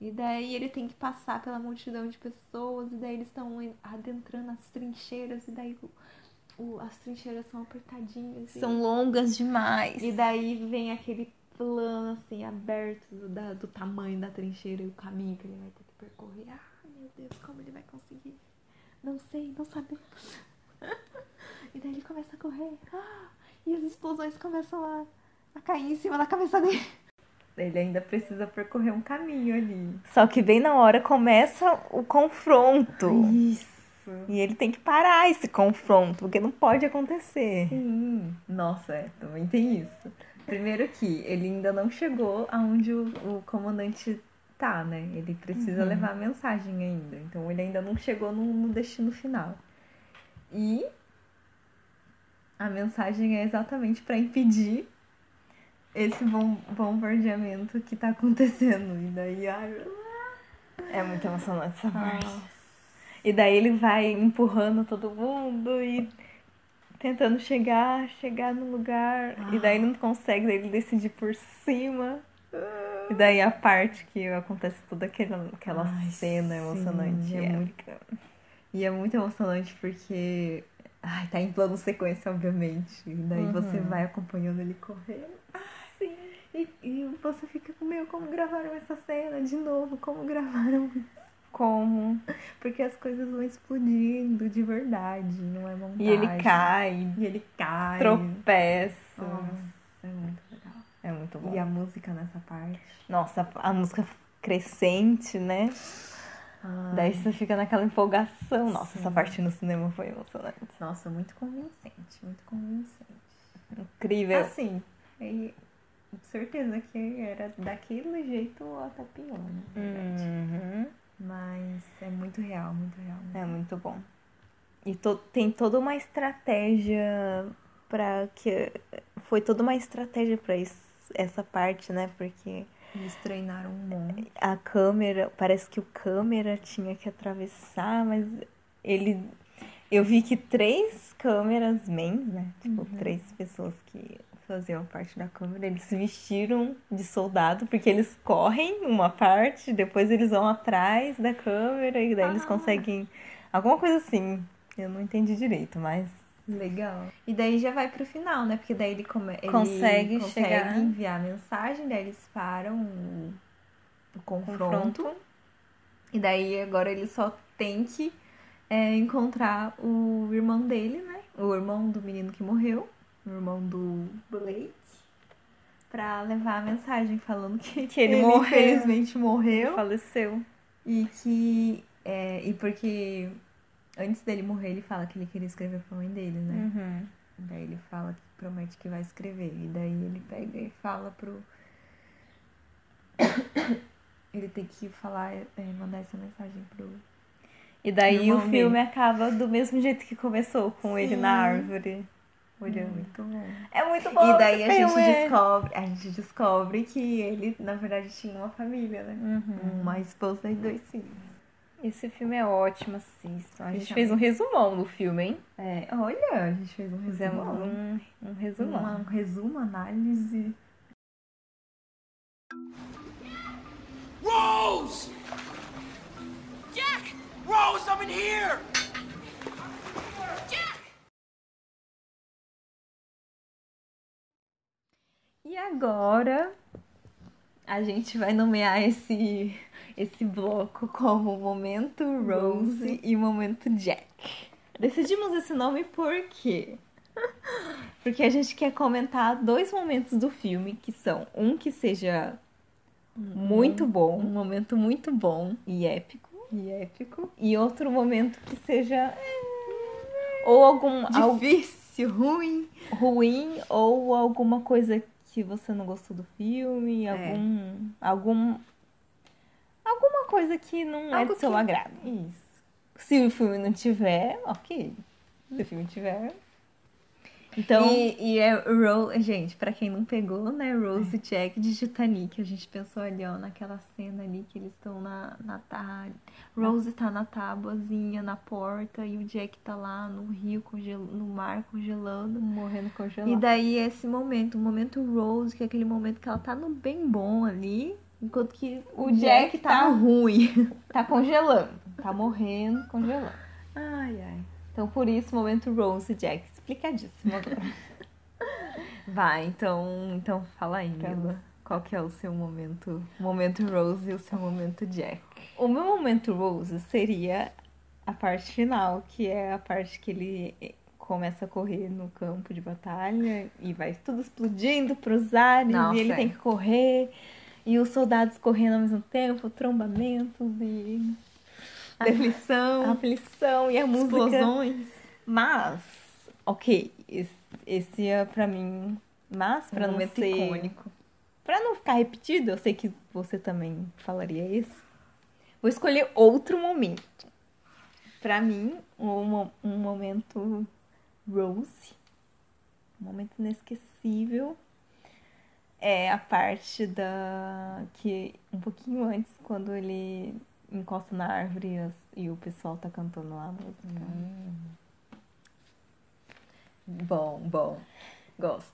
Speaker 4: E daí ele tem que passar pela multidão de pessoas, e daí eles estão en- adentrando as trincheiras, e daí o- o- as trincheiras são apertadinhas. e-
Speaker 2: São longas demais.
Speaker 4: E daí vem aquele plano, assim, aberto do, da- do tamanho da trincheira e o caminho que ele vai ter que percorrer. Ah, meu Deus, como ele vai conseguir? Não sei, não sabemos. e daí ele começa a correr. Ah, e as explosões começam a, a cair em cima da cabeça dele.
Speaker 1: Ele ainda precisa percorrer um caminho ali.
Speaker 2: Só que bem na hora começa o confronto.
Speaker 1: Isso.
Speaker 2: E ele tem que parar esse confronto, porque não pode acontecer.
Speaker 1: Sim. Nossa, é, também tem isso. Primeiro que ele ainda não chegou aonde o, o comandante tá, né? Ele precisa levar a mensagem ainda. Então ele ainda não chegou no, no destino final. E a mensagem é exatamente para impedir esse bom, bombardeamento que tá acontecendo. E daí, ai, meu
Speaker 2: É muito emocionante
Speaker 1: Ah.
Speaker 2: essa parte. E daí ele vai empurrando todo mundo e tentando chegar, chegar no lugar. E daí ele não consegue, daí ele decide por cima. E daí a parte que acontece toda aquela, aquela cena emocionante.
Speaker 1: é muito- E é muito emocionante porque. Ai, tá em plano sequência, obviamente. E daí você vai acompanhando ele correr. Sim. E, e você fica com meu, como gravaram essa cena de novo? Como gravaram isso? Como? Porque as coisas vão explodindo de verdade, não é montagem.
Speaker 2: E ele cai,
Speaker 1: E ele cai.
Speaker 2: tropeça.
Speaker 1: Nossa, é muito legal.
Speaker 2: É muito bom.
Speaker 1: E a música nessa parte.
Speaker 2: Nossa, a música crescente, né? Daí você fica naquela empolgação. Nossa, essa parte no cinema foi emocionante.
Speaker 1: Nossa, muito convincente, muito convincente.
Speaker 2: Incrível.
Speaker 1: Assim, e certeza que era daquele jeito até pior, né? Verdade.
Speaker 2: Uhum.
Speaker 1: Mas é muito real, muito real.
Speaker 2: É muito bom. E to- tem toda uma estratégia para que foi toda uma estratégia para essa parte, né? Porque
Speaker 1: Eles treinaram um monte.
Speaker 2: a câmera, parece que o câmera tinha que atravessar, mas ele eu vi que três câmeras men, né? Tipo, três pessoas que faziam parte da câmera, eles se vestiram de soldado porque eles correm uma parte, depois eles vão atrás da câmera e daí eles conseguem alguma coisa assim. Eu não entendi direito, mas
Speaker 1: Legal. E daí já vai pro final, né? Porque daí ele, come... ele
Speaker 2: Consegue
Speaker 1: consegue
Speaker 2: chegar. né?
Speaker 1: enviar a mensagem, daí eles param o, o confronto. E daí agora ele só tem que é, encontrar o irmão dele, né? O irmão do menino que morreu. O irmão do Blake. pra levar a mensagem falando que,
Speaker 2: Que ele
Speaker 1: ele
Speaker 2: morreu.
Speaker 1: infelizmente morreu
Speaker 2: Faleceu.
Speaker 1: e que. é, e porque antes dele morrer, ele fala que ele queria escrever pra mãe dele, né?
Speaker 2: Uhum.
Speaker 1: Daí ele fala que promete que vai escrever. E daí ele pega e fala pro. Ele tem que falar, é, mandar essa mensagem pro.
Speaker 2: E daí
Speaker 1: Irmão
Speaker 2: o filme acaba do mesmo jeito que começou, com ele na árvore. Olhando.
Speaker 1: Muito bom.
Speaker 2: É muito bom.
Speaker 1: E daí a
Speaker 2: esse
Speaker 1: gente
Speaker 2: filme, é.
Speaker 1: descobre, a gente descobre que ele, na verdade, tinha uma família, né?
Speaker 2: Uhum.
Speaker 1: Uma esposa e dois filhos.
Speaker 2: Esse filme é ótimo,
Speaker 1: assim.
Speaker 2: assistam. A gente
Speaker 1: Assistam.
Speaker 2: fez um resumão do filme, hein?
Speaker 1: É, olha, a gente fez um resumo.
Speaker 2: Fizemos um, um resumão.
Speaker 1: uma, um resumo, análise.
Speaker 5: Rose! Jack! Rose, I'm in here! Jack!
Speaker 1: E agora a gente vai nomear esse, esse bloco como Momento Rose, e Momento Jack. Decidimos esse nome por quê? Porque a gente quer comentar dois momentos do filme que são um que seja muito bom, Uhum. um momento muito bom e épico,
Speaker 4: E épico.
Speaker 1: e outro momento que seja ou algum al-
Speaker 4: Difícil, ruim.
Speaker 1: ruim ou alguma coisa que você não gostou do
Speaker 4: É.
Speaker 1: filme, algum algum alguma coisa que não é
Speaker 4: Algo
Speaker 1: do seu
Speaker 4: que-
Speaker 1: agrado.
Speaker 4: Isso.
Speaker 1: Se o filme não tiver, OK. Se o filme tiver, então,
Speaker 4: E, e é Ro...
Speaker 1: gente, pra quem não pegou, né, Rose e Jack de Titanic, a gente pensou ali, ó, naquela cena ali que eles estão na, na tá- Rose tá na tábuazinha, na porta, e o Jack tá lá no rio, congel... no mar, congelando.
Speaker 4: morrendo
Speaker 1: E tá
Speaker 4: congelado.
Speaker 1: daí é esse momento, o momento Rose, que é aquele momento que ela tá no bem bom ali, enquanto que o, Jack, tá, no ruim.
Speaker 4: Tá congelando. Tá morrendo, congelando.
Speaker 1: Ai, ai.
Speaker 4: Então, por isso, momento Rose e Jack. Explicadíssimo agora.
Speaker 1: Vai, então, então fala aí,
Speaker 4: Pra
Speaker 1: Mila. Qual que é o seu momento, momento Rose e o seu momento Jack? O meu momento Rose seria a parte final, que é a parte que ele eh, começa a correr no campo de batalha e vai tudo explodindo pros ares Nossa,
Speaker 4: e
Speaker 1: é.
Speaker 4: ele tem que correr. E os soldados correndo ao mesmo tempo, trombamentos e
Speaker 1: Deflição,
Speaker 4: aflição e a música.
Speaker 1: explosões.
Speaker 4: Mas, ok, esse, esse é pra mim. Mas, pra
Speaker 1: Um
Speaker 4: não
Speaker 1: momento
Speaker 4: ser.
Speaker 1: icônico.
Speaker 4: Pra não ficar repetido, eu sei que você também falaria isso. Vou escolher outro momento. Pra mim, um, mo- um momento Rose. Um momento inesquecível. É a parte da. que um pouquinho antes, quando ele encosta na árvore e, as- e o pessoal tá cantando lá a música.
Speaker 1: Hum. Bom, bom. Gosto.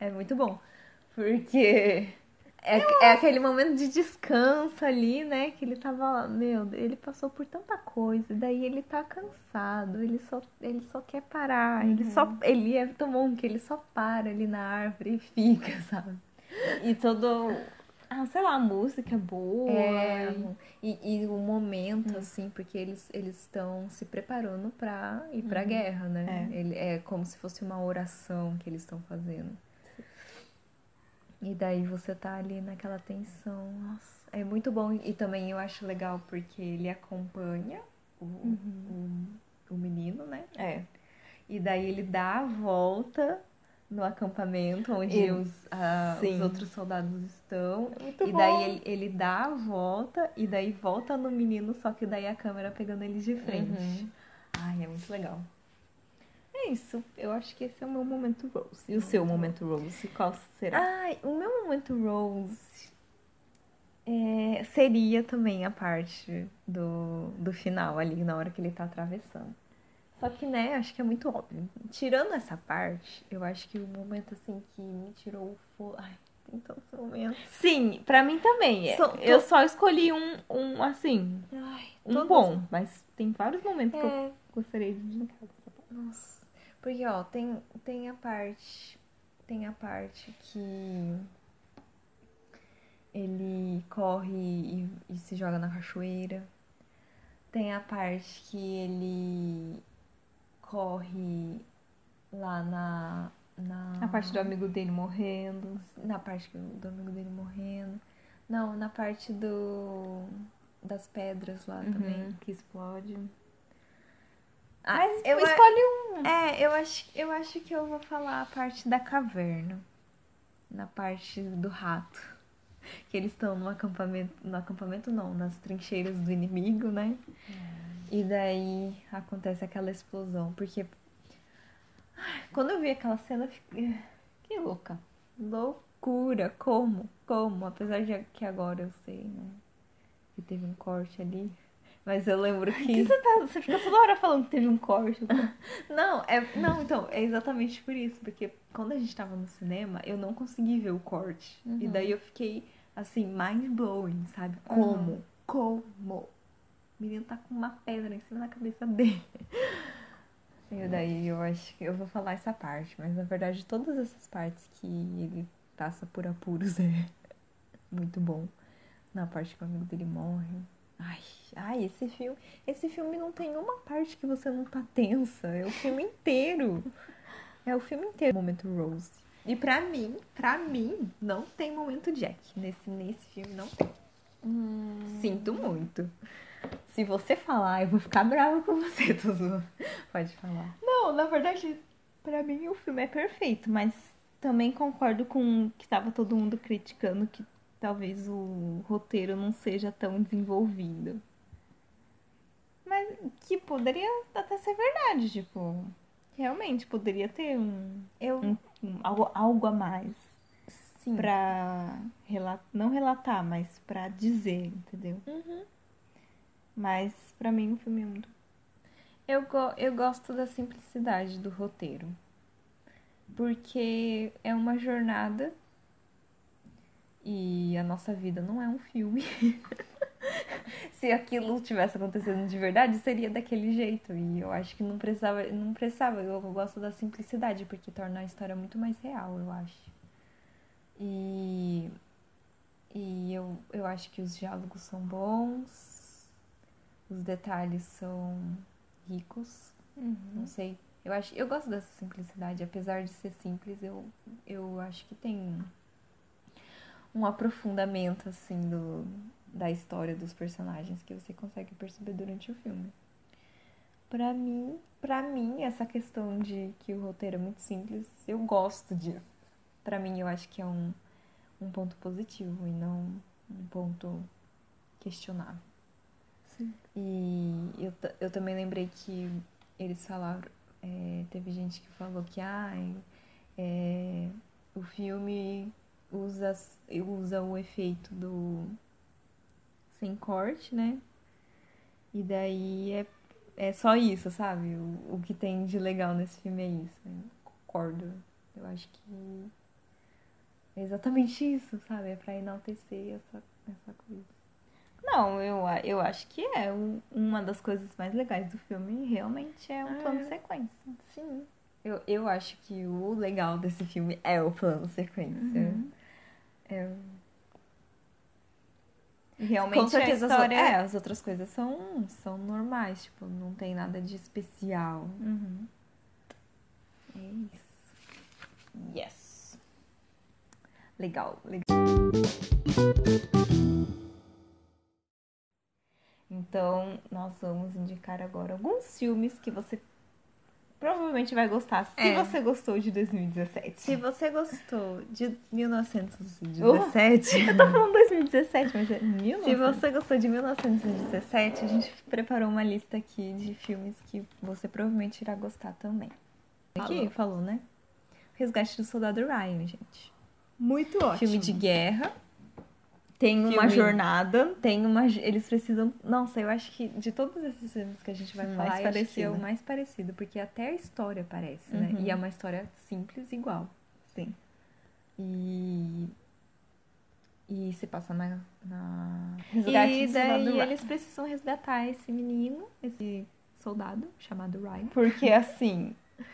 Speaker 4: É muito bom. Porque é, é aquele momento de descanso ali, né? Que ele tava lá, meu, ele passou por tanta coisa, daí ele tá cansado, ele só, ele só quer parar, ele só,
Speaker 1: Uhum.
Speaker 4: ele é tão bom que ele só para ali na árvore e fica, sabe?
Speaker 1: E todo, ah, sei lá, a música é boa.
Speaker 4: É.
Speaker 1: E, e o momento,
Speaker 4: Hum.
Speaker 1: assim, porque eles eles estão se preparando pra ir
Speaker 4: Uhum.
Speaker 1: pra guerra, né? Ele, é como se fosse uma oração que eles estão fazendo. E daí você tá ali naquela tensão. Nossa, é muito bom. E também eu acho legal porque ele acompanha o,
Speaker 4: Hum.
Speaker 2: Uhum.
Speaker 1: o, o menino, né?
Speaker 4: É.
Speaker 1: E daí ele dá a volta no acampamento onde
Speaker 4: Ele-
Speaker 1: os, ah, os
Speaker 4: sim.
Speaker 1: outros soldados estão.
Speaker 2: É
Speaker 4: muito
Speaker 1: e daí ele, ele dá a volta e daí volta no menino, só que daí a câmera pegando ele de frente. Ai, é muito legal. É isso. Eu acho que esse é o meu momento Rose.
Speaker 4: E o seu momento Rose, qual será?
Speaker 1: Ai, o meu momento Rose é, seria também a parte do, do final ali, na hora que ele tá atravessando. Só que, né, acho que é muito óbvio. Tirando essa parte, eu acho que o momento, assim, que me tirou o fo... Ai, tem tantos
Speaker 2: Ah,
Speaker 1: momentos.
Speaker 4: Sim, pra mim também.
Speaker 1: Só- tô-
Speaker 4: Eu só escolhi um, um assim,
Speaker 1: Ai,
Speaker 4: um
Speaker 1: todos-
Speaker 4: bom, mas tem vários momentos que eu
Speaker 1: É,
Speaker 4: gostaria de destacar.
Speaker 1: nossa. Porque, ó, tem, tem a parte... Tem a parte que... Ele corre e, e se joga na cachoeira. Tem a parte que ele corre lá na, na,
Speaker 2: A parte do amigo dele morrendo.
Speaker 1: na parte que o- do amigo dele morrendo. Não, na parte do das pedras
Speaker 4: Uhum.
Speaker 1: lá também.
Speaker 2: Também, que explode.
Speaker 1: Ah, eu, a-
Speaker 2: Escolhe um.
Speaker 1: É, eu acho, eu acho que eu vou falar a parte da caverna. Na parte do rato. Que eles estão no acampamento. No acampamento não, nas trincheiras do inimigo, né? E daí acontece aquela explosão. Porque. Ai, Quando eu vi aquela cena, eu fiquei.
Speaker 2: Que louca.
Speaker 1: Loucura! Como? Como? Apesar de que agora eu sei, né? Que teve um corte ali. Mas eu lembro que.
Speaker 2: Você, tá, você fica toda hora falando que teve um corte.
Speaker 1: Não, é, não, então, é exatamente por isso, porque quando a gente tava no cinema, eu não consegui ver o corte. E daí eu fiquei assim, mind blowing, sabe? Como?
Speaker 2: Hum.
Speaker 1: Como? O menino tá com uma pedra em cima da cabeça dele. E daí eu acho que eu vou falar essa parte, mas na verdade todas essas partes que ele passa por apuros é muito bom. Na parte que o amigo dele morre. Ai, ai, esse filme. Esse filme não tem uma parte que você não tá tensa. É o filme inteiro. É o filme inteiro. Momento Rose. E pra mim, pra mim, não tem momento Jack. Nesse, nesse filme não tem. Sinto muito. Se você falar, eu vou ficar brava com você, Tuzu. Pode falar.
Speaker 2: Não, na verdade, pra mim o filme é perfeito, mas também concordo com que tava todo mundo criticando que talvez o roteiro não seja tão desenvolvido. Mas que poderia até ser verdade, tipo, realmente poderia ter um,
Speaker 1: Eu.
Speaker 2: um- algo, algo a mais
Speaker 1: Sim.
Speaker 2: pra rela- não relatar, mas pra dizer, entendeu?
Speaker 1: Uhum.
Speaker 2: Mas pra mim o filme é muito
Speaker 1: Eu, go- eu gosto da simplicidade do roteiro. Porque é uma jornada e a nossa vida não é um filme. Se aquilo tivesse acontecendo de verdade, seria daquele jeito. E eu acho que não precisava, não precisava. Eu gosto da simplicidade, porque torna a história muito mais real, eu acho. E, e eu, eu acho que os diálogos são bons, os detalhes são ricos.
Speaker 2: Uhum.
Speaker 1: Não sei. Eu, acho, eu gosto dessa simplicidade. Apesar de ser simples, eu, eu acho que tem um- um aprofundamento, assim, do, da história dos personagens que você consegue perceber durante o filme. Pra mim, pra mim, essa questão de que o roteiro é muito simples, eu gosto disso. Pra mim, eu acho que é um, um ponto positivo e não um ponto questionável. E eu, ta- eu também lembrei que eles falaram, é, teve gente que falou que ai, é, o filme usa, s- usa o efeito do sem corte, né? E daí é, é só isso, sabe? O, o que tem de legal nesse filme é isso. Eu concordo. Eu acho que é exatamente isso, sabe? É pra enaltecer essa, essa coisa.
Speaker 2: Não, eu, a- eu acho que é.
Speaker 1: um,
Speaker 2: O- Uma das coisas mais legais do filme realmente é
Speaker 1: Ah,
Speaker 2: um plano sequência.
Speaker 1: Sim. Eu, eu acho que o legal desse filme é o plano sequência. É.
Speaker 2: Realmente
Speaker 1: Com certeza,
Speaker 2: a
Speaker 1: as o-
Speaker 2: história.
Speaker 1: é, as outras coisas são, são normais, tipo, não tem nada de especial.
Speaker 2: Uhum.
Speaker 1: É isso.
Speaker 2: Yes.
Speaker 1: Legal, legal.
Speaker 2: Então, nós vamos indicar agora alguns filmes que você provavelmente vai gostar se
Speaker 1: É.
Speaker 2: você gostou de 2017.
Speaker 1: Se você gostou de 1917,
Speaker 2: Eu tô tá falando 2017, mas é mil
Speaker 1: se você gostou de 1917, a gente preparou uma lista aqui de filmes que você provavelmente irá gostar também. Aqui, falou, né? Resgate do Soldado Ryan, gente.
Speaker 2: Muito ótimo.
Speaker 1: Filme de guerra.
Speaker 2: Tem uma
Speaker 1: filme-
Speaker 2: jornada.
Speaker 1: Tem uma. Eles precisam. Nossa, eu acho que de todos esses filmes que a gente vai
Speaker 2: Mais
Speaker 1: falar, eu acho que é
Speaker 2: parecido. Uhum.
Speaker 1: o mais parecido, porque até a história parece, né? E é uma história simples igual.
Speaker 2: Sim.
Speaker 1: E. E se passa na. na...
Speaker 2: Resgate
Speaker 1: e
Speaker 2: do
Speaker 1: daí
Speaker 2: Soldado Ryan.
Speaker 1: eles precisam resgatar esse menino, esse soldado chamado Ryan.
Speaker 2: Porque assim, os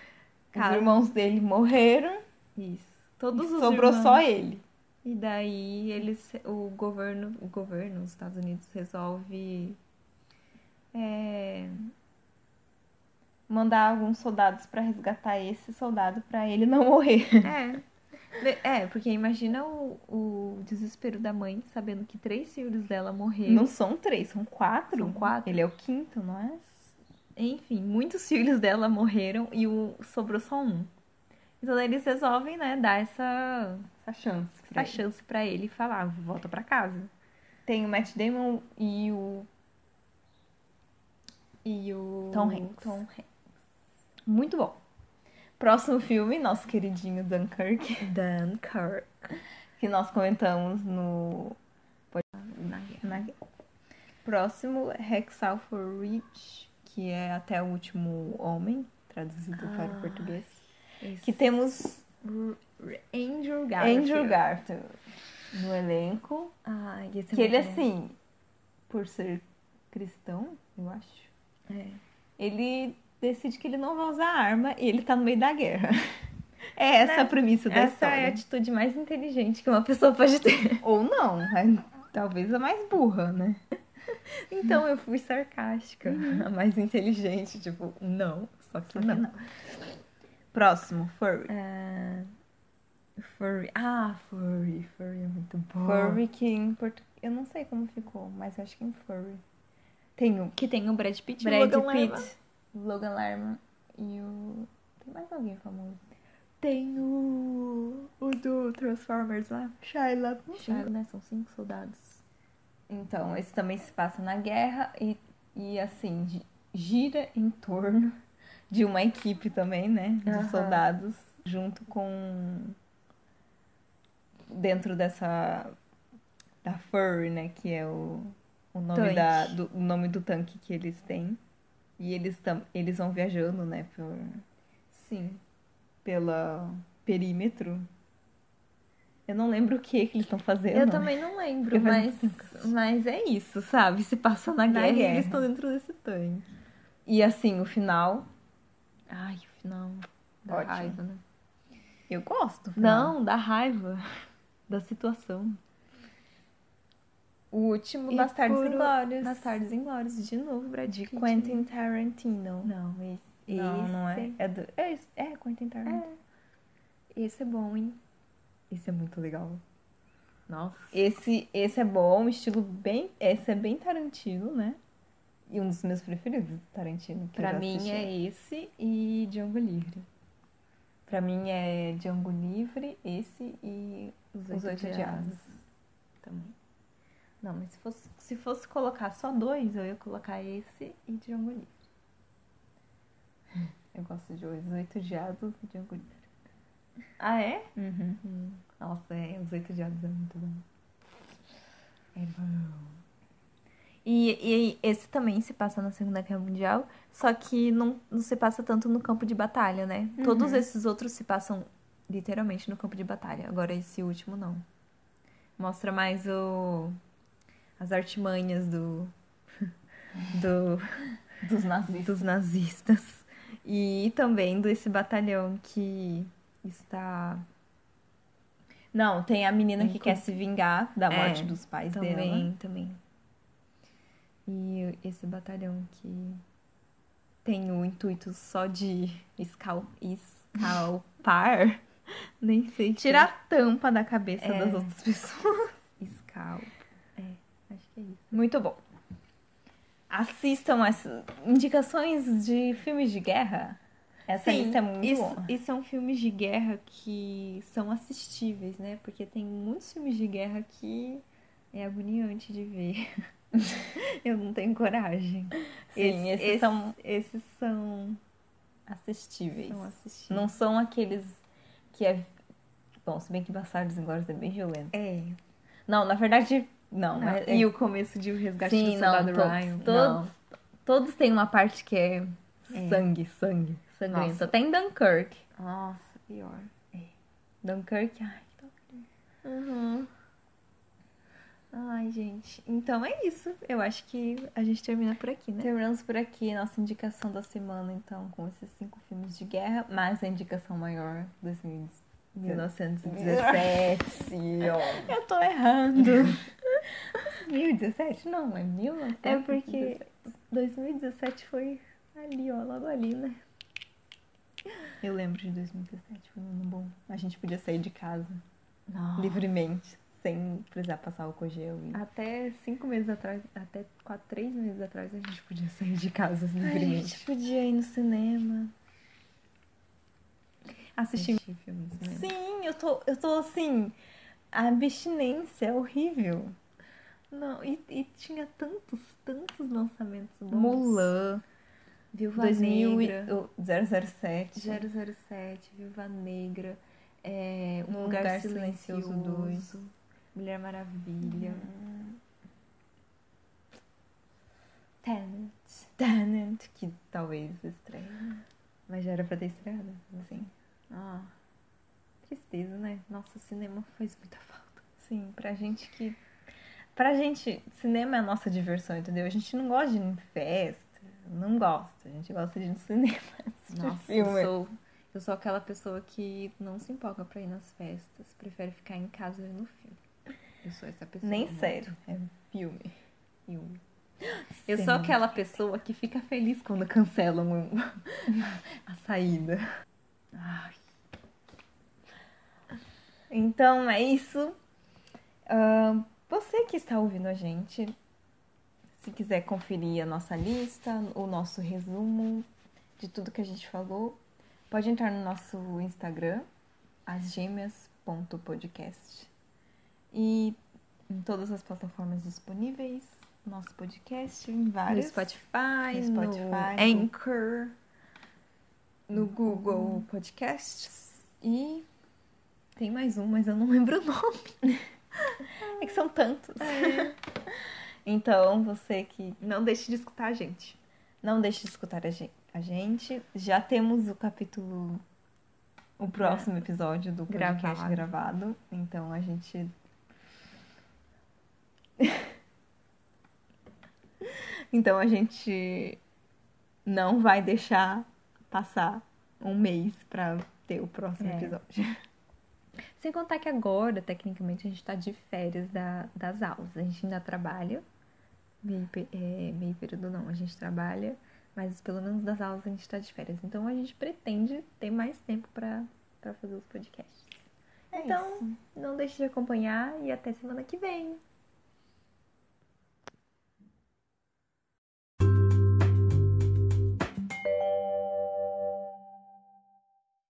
Speaker 1: Cara.
Speaker 2: irmãos dele morreram
Speaker 1: Isso.
Speaker 2: e
Speaker 1: Todos os
Speaker 2: sobrou só
Speaker 1: irmãos-
Speaker 2: ele.
Speaker 1: E daí eles, o governo, o governo, os Estados Unidos resolve é,
Speaker 2: mandar alguns soldados pra resgatar esse soldado pra ele não morrer.
Speaker 1: É, porque imagina o, o desespero da mãe sabendo que três filhos dela morreram.
Speaker 2: Não são três, são quatro.
Speaker 1: São quatro.
Speaker 2: Ele é o quinto, não é?
Speaker 1: Enfim, muitos filhos dela morreram e o, sobrou só um. Então daí eles resolvem, né, dar essa,
Speaker 2: Essa chance. pra ele.
Speaker 1: essa chance pra ele e falar, "Ah, volta pra casa.
Speaker 2: Tem o Matt Damon e o. E o.
Speaker 1: Tom Hanks.
Speaker 2: Tom Hanks. Muito bom. Próximo filme, nosso queridinho Dunkirk,
Speaker 1: Dunkirk.
Speaker 2: que nós comentamos no.
Speaker 1: é
Speaker 2: na- Próximo, Hexal for Reach, que é Até o Último Homem, traduzido
Speaker 1: Ah.
Speaker 2: para o português.
Speaker 1: Esse-
Speaker 2: Que temos
Speaker 1: Andrew Garfield.
Speaker 2: Andrew Garfield no elenco.
Speaker 1: Ai, esse é
Speaker 2: Que ele,
Speaker 1: muito bom.
Speaker 2: assim, por ser cristão, eu acho, ele decide que ele não vai usar arma e ele tá no meio da guerra. É
Speaker 1: Né?
Speaker 2: essa a premissa da
Speaker 1: Essa
Speaker 2: história.
Speaker 1: é a atitude mais inteligente que uma pessoa pode ter.
Speaker 2: Ou não, mas talvez a mais burra, né?
Speaker 1: Então eu fui sarcástica.
Speaker 2: Uhum.
Speaker 1: A mais inteligente, tipo, não. Só que não.
Speaker 2: Próximo, Furry.
Speaker 1: Furry. Ah, furry. Furry é muito bom.
Speaker 2: Furry que em português... Eu não sei como ficou, mas eu acho que em Furry. Tem o
Speaker 1: Que tem o Brad Pitt
Speaker 2: Brad
Speaker 1: e o Logan Lerman.
Speaker 2: Pitt, Logan Lerman e o... Tem mais alguém famoso? Tem o... O do Transformers lá. Shia LaBeouf.
Speaker 1: Chato, né? São cinco soldados.
Speaker 2: Então, esse também se passa na guerra e, e assim, gi- gira em torno de uma equipe também, né? De
Speaker 1: Aham.
Speaker 2: soldados, junto com. Dentro dessa. Da Furry, né? Que é o, o, nome,
Speaker 1: Tanque.
Speaker 2: da, do, o nome do tanque que eles têm. E eles, tam, eles vão viajando, né? Por,
Speaker 1: Sim.
Speaker 2: pela perímetro. Eu não lembro o que, que eles estão fazendo.
Speaker 1: Eu, também não lembro,
Speaker 2: Eu faz
Speaker 1: mas, mas é isso, sabe? Se passa na, guerra, e
Speaker 2: guerra.
Speaker 1: eles estão dentro desse tanque.
Speaker 2: E assim, o final.
Speaker 1: Ai, o final. Dá
Speaker 2: Ótimo.
Speaker 1: raiva, né?
Speaker 2: Eu gosto. do final.
Speaker 1: Não, dá raiva da situação.
Speaker 2: O último
Speaker 1: E
Speaker 2: Bastardos
Speaker 1: por o-
Speaker 2: é Inglórios.
Speaker 1: Bastardos Inglórios, de novo, Brad
Speaker 2: de
Speaker 1: Pitt.
Speaker 2: Quentin Tarantino.
Speaker 1: Não, esse.
Speaker 2: Não, não é.
Speaker 1: esse-
Speaker 2: É, do, é, isso- é Quentin Tarantino.
Speaker 1: Esse é bom, hein?
Speaker 2: Esse é muito legal.
Speaker 1: Nossa.
Speaker 2: Esse, esse é bom, um estilo bem. Esse é bem Tarantino, né? E um dos meus preferidos do Tarantino. Que eu
Speaker 1: Pra
Speaker 2: já
Speaker 1: mim
Speaker 2: assisti.
Speaker 1: é esse e Django Livre.
Speaker 2: Pra mim é Django Livre, esse e Os Oito, Diabos.
Speaker 1: Também. Não, mas se fosse, se fosse colocar só dois, eu ia colocar esse e Django Livre.
Speaker 2: Eu gosto de Os Oito Diabos e Django Livre.
Speaker 1: Ah, é?
Speaker 2: Uhum.
Speaker 1: Nossa, é, os oito diabos é muito bom. É bom. E, e esse também se passa na Segunda Guerra Mundial, só que não, não se passa tanto no campo de batalha, né? Todos esses outros se passam literalmente no campo de batalha. Agora esse último não. Mostra mais o as artimanhas do do
Speaker 2: Dos nazistas.
Speaker 1: dos nazistas e também desse batalhão que está
Speaker 2: Não, tem a menina que
Speaker 1: Inclu-
Speaker 2: quer se vingar da
Speaker 1: É,
Speaker 2: morte dos pais dela.
Speaker 1: também, também. E esse batalhão que tem o intuito só de escal... escalpar, nem sei.
Speaker 2: Tirar a tampa da cabeça
Speaker 1: É.
Speaker 2: das outras pessoas.
Speaker 1: Escal... É, acho que é isso.
Speaker 2: Muito bom. Assistam as indicações de filmes de guerra. Essa lista é muito
Speaker 1: isso,
Speaker 2: boa.
Speaker 1: e são filmes de guerra que são assistíveis, né? Porque tem muitos filmes de guerra que é agoniante de ver. Eu não tenho coragem.
Speaker 2: Sim, esses são-
Speaker 1: esses são,
Speaker 2: Assistíveis.
Speaker 1: são assistíveis.
Speaker 2: Não são aqueles que é. Bom, se bem que Bastardos Inglórios é bem violento.
Speaker 1: É,
Speaker 2: Não, na verdade, não. é- é-
Speaker 1: E o começo de O Resgate
Speaker 2: Sim,
Speaker 1: do
Speaker 2: não,
Speaker 1: Soldado
Speaker 2: todos,
Speaker 1: Ryan.
Speaker 2: todos, todos têm uma parte que é, sangue, sangue, sangrento.
Speaker 1: Nossa.
Speaker 2: Até em Dunkirk.
Speaker 1: Não. Nossa, pior.
Speaker 2: Dunkirk, ai, que dó. Uhum.
Speaker 1: Ai, gente. Então é isso. Eu acho que a gente termina por aqui, né?
Speaker 2: Terminamos por aqui nossa indicação da semana, então, com esses cinco filmes de guerra, mais a indicação maior, 2000 1917. ó.
Speaker 1: Eu tô errando.
Speaker 2: 2017? Não, é 1917.
Speaker 1: É porque 2017 foi
Speaker 4: Ali, ó, logo ali, né?
Speaker 1: Eu lembro de 2017, foi um ano bom. A gente podia sair de casa
Speaker 2: Nossa.
Speaker 1: livremente, sem precisar passar o gel. E...
Speaker 2: Ah.
Speaker 4: Até cinco meses atrás, até quatro, três meses atrás, a gente
Speaker 1: podia sair de casa
Speaker 2: A
Speaker 1: livremente.
Speaker 2: gente podia ir no cinema.
Speaker 4: assistir.
Speaker 1: Assistir filmes,
Speaker 2: um
Speaker 1: né?
Speaker 4: Sim, eu tô, eu tô assim. A abstinência é horrível.
Speaker 2: Não, e, e tinha tantos, tantos lançamentos bons.
Speaker 1: Mulan,
Speaker 2: Viúva
Speaker 1: 2000 e-
Speaker 2: Negra,
Speaker 1: o 007,
Speaker 2: 007, Viúva Negra, é, Um
Speaker 1: Um
Speaker 2: Lugar,
Speaker 1: Lugar
Speaker 2: Silencioso, Uhum.
Speaker 1: Silencioso dois.
Speaker 2: Mulher Maravilha. Tenet.
Speaker 1: Tenet, que talvez estreie. Mas já era pra ter estreado, assim.
Speaker 2: Ah, tristeza, né? Nossa, o cinema faz muita falta.
Speaker 1: Sim, pra gente que. Pra gente, cinema é a nossa diversão, entendeu? A gente não gosta de ir em festa, não gosta. A gente gosta de ir no cinema. assistir
Speaker 2: Nossa, eu
Speaker 1: filme.
Speaker 2: sou, eu sou aquela pessoa que não se empolga pra ir nas festas, prefere ficar em casa vendo filme. Eu sou essa pessoa. né?
Speaker 1: Nem
Speaker 2: muito.
Speaker 1: sério, é filme. Filme.
Speaker 2: Eu sou aquela pessoa que fica feliz quando cancelam um- a saída.
Speaker 1: Então é isso. Ahn, você que está ouvindo a gente, se quiser conferir a nossa lista, o nosso resumo de tudo que a gente falou, pode entrar no nosso Instagram, asgêmeas.podcast. E em todas as plataformas disponíveis, nosso podcast, em vários.
Speaker 2: No Spotify,
Speaker 1: No
Speaker 2: no,
Speaker 1: Spotify, no-
Speaker 2: Anchor,
Speaker 1: no Google Podcasts e tem mais um, mas eu não lembro o nome. É que são tantos. Então, você que
Speaker 2: Não deixe de escutar a gente.
Speaker 1: não deixa de escutar a gen- a gente, já temos o capítulo, o próximo episódio do podcast
Speaker 2: Gravado.
Speaker 1: gravado. Então, a gente. então, a gente não vai deixar passar um mês pra ter o próximo
Speaker 2: É.
Speaker 1: episódio.
Speaker 2: Sem contar que agora, tecnicamente, a gente tá de férias da- das aulas. A gente ainda trabalha. Meio, pe- é, meio período não, a gente trabalha. Mas pelo menos das aulas a gente tá de férias. Então a gente pretende ter mais tempo pra pra fazer os podcasts.
Speaker 1: É
Speaker 2: então, não deixe de acompanhar e até semana que vem.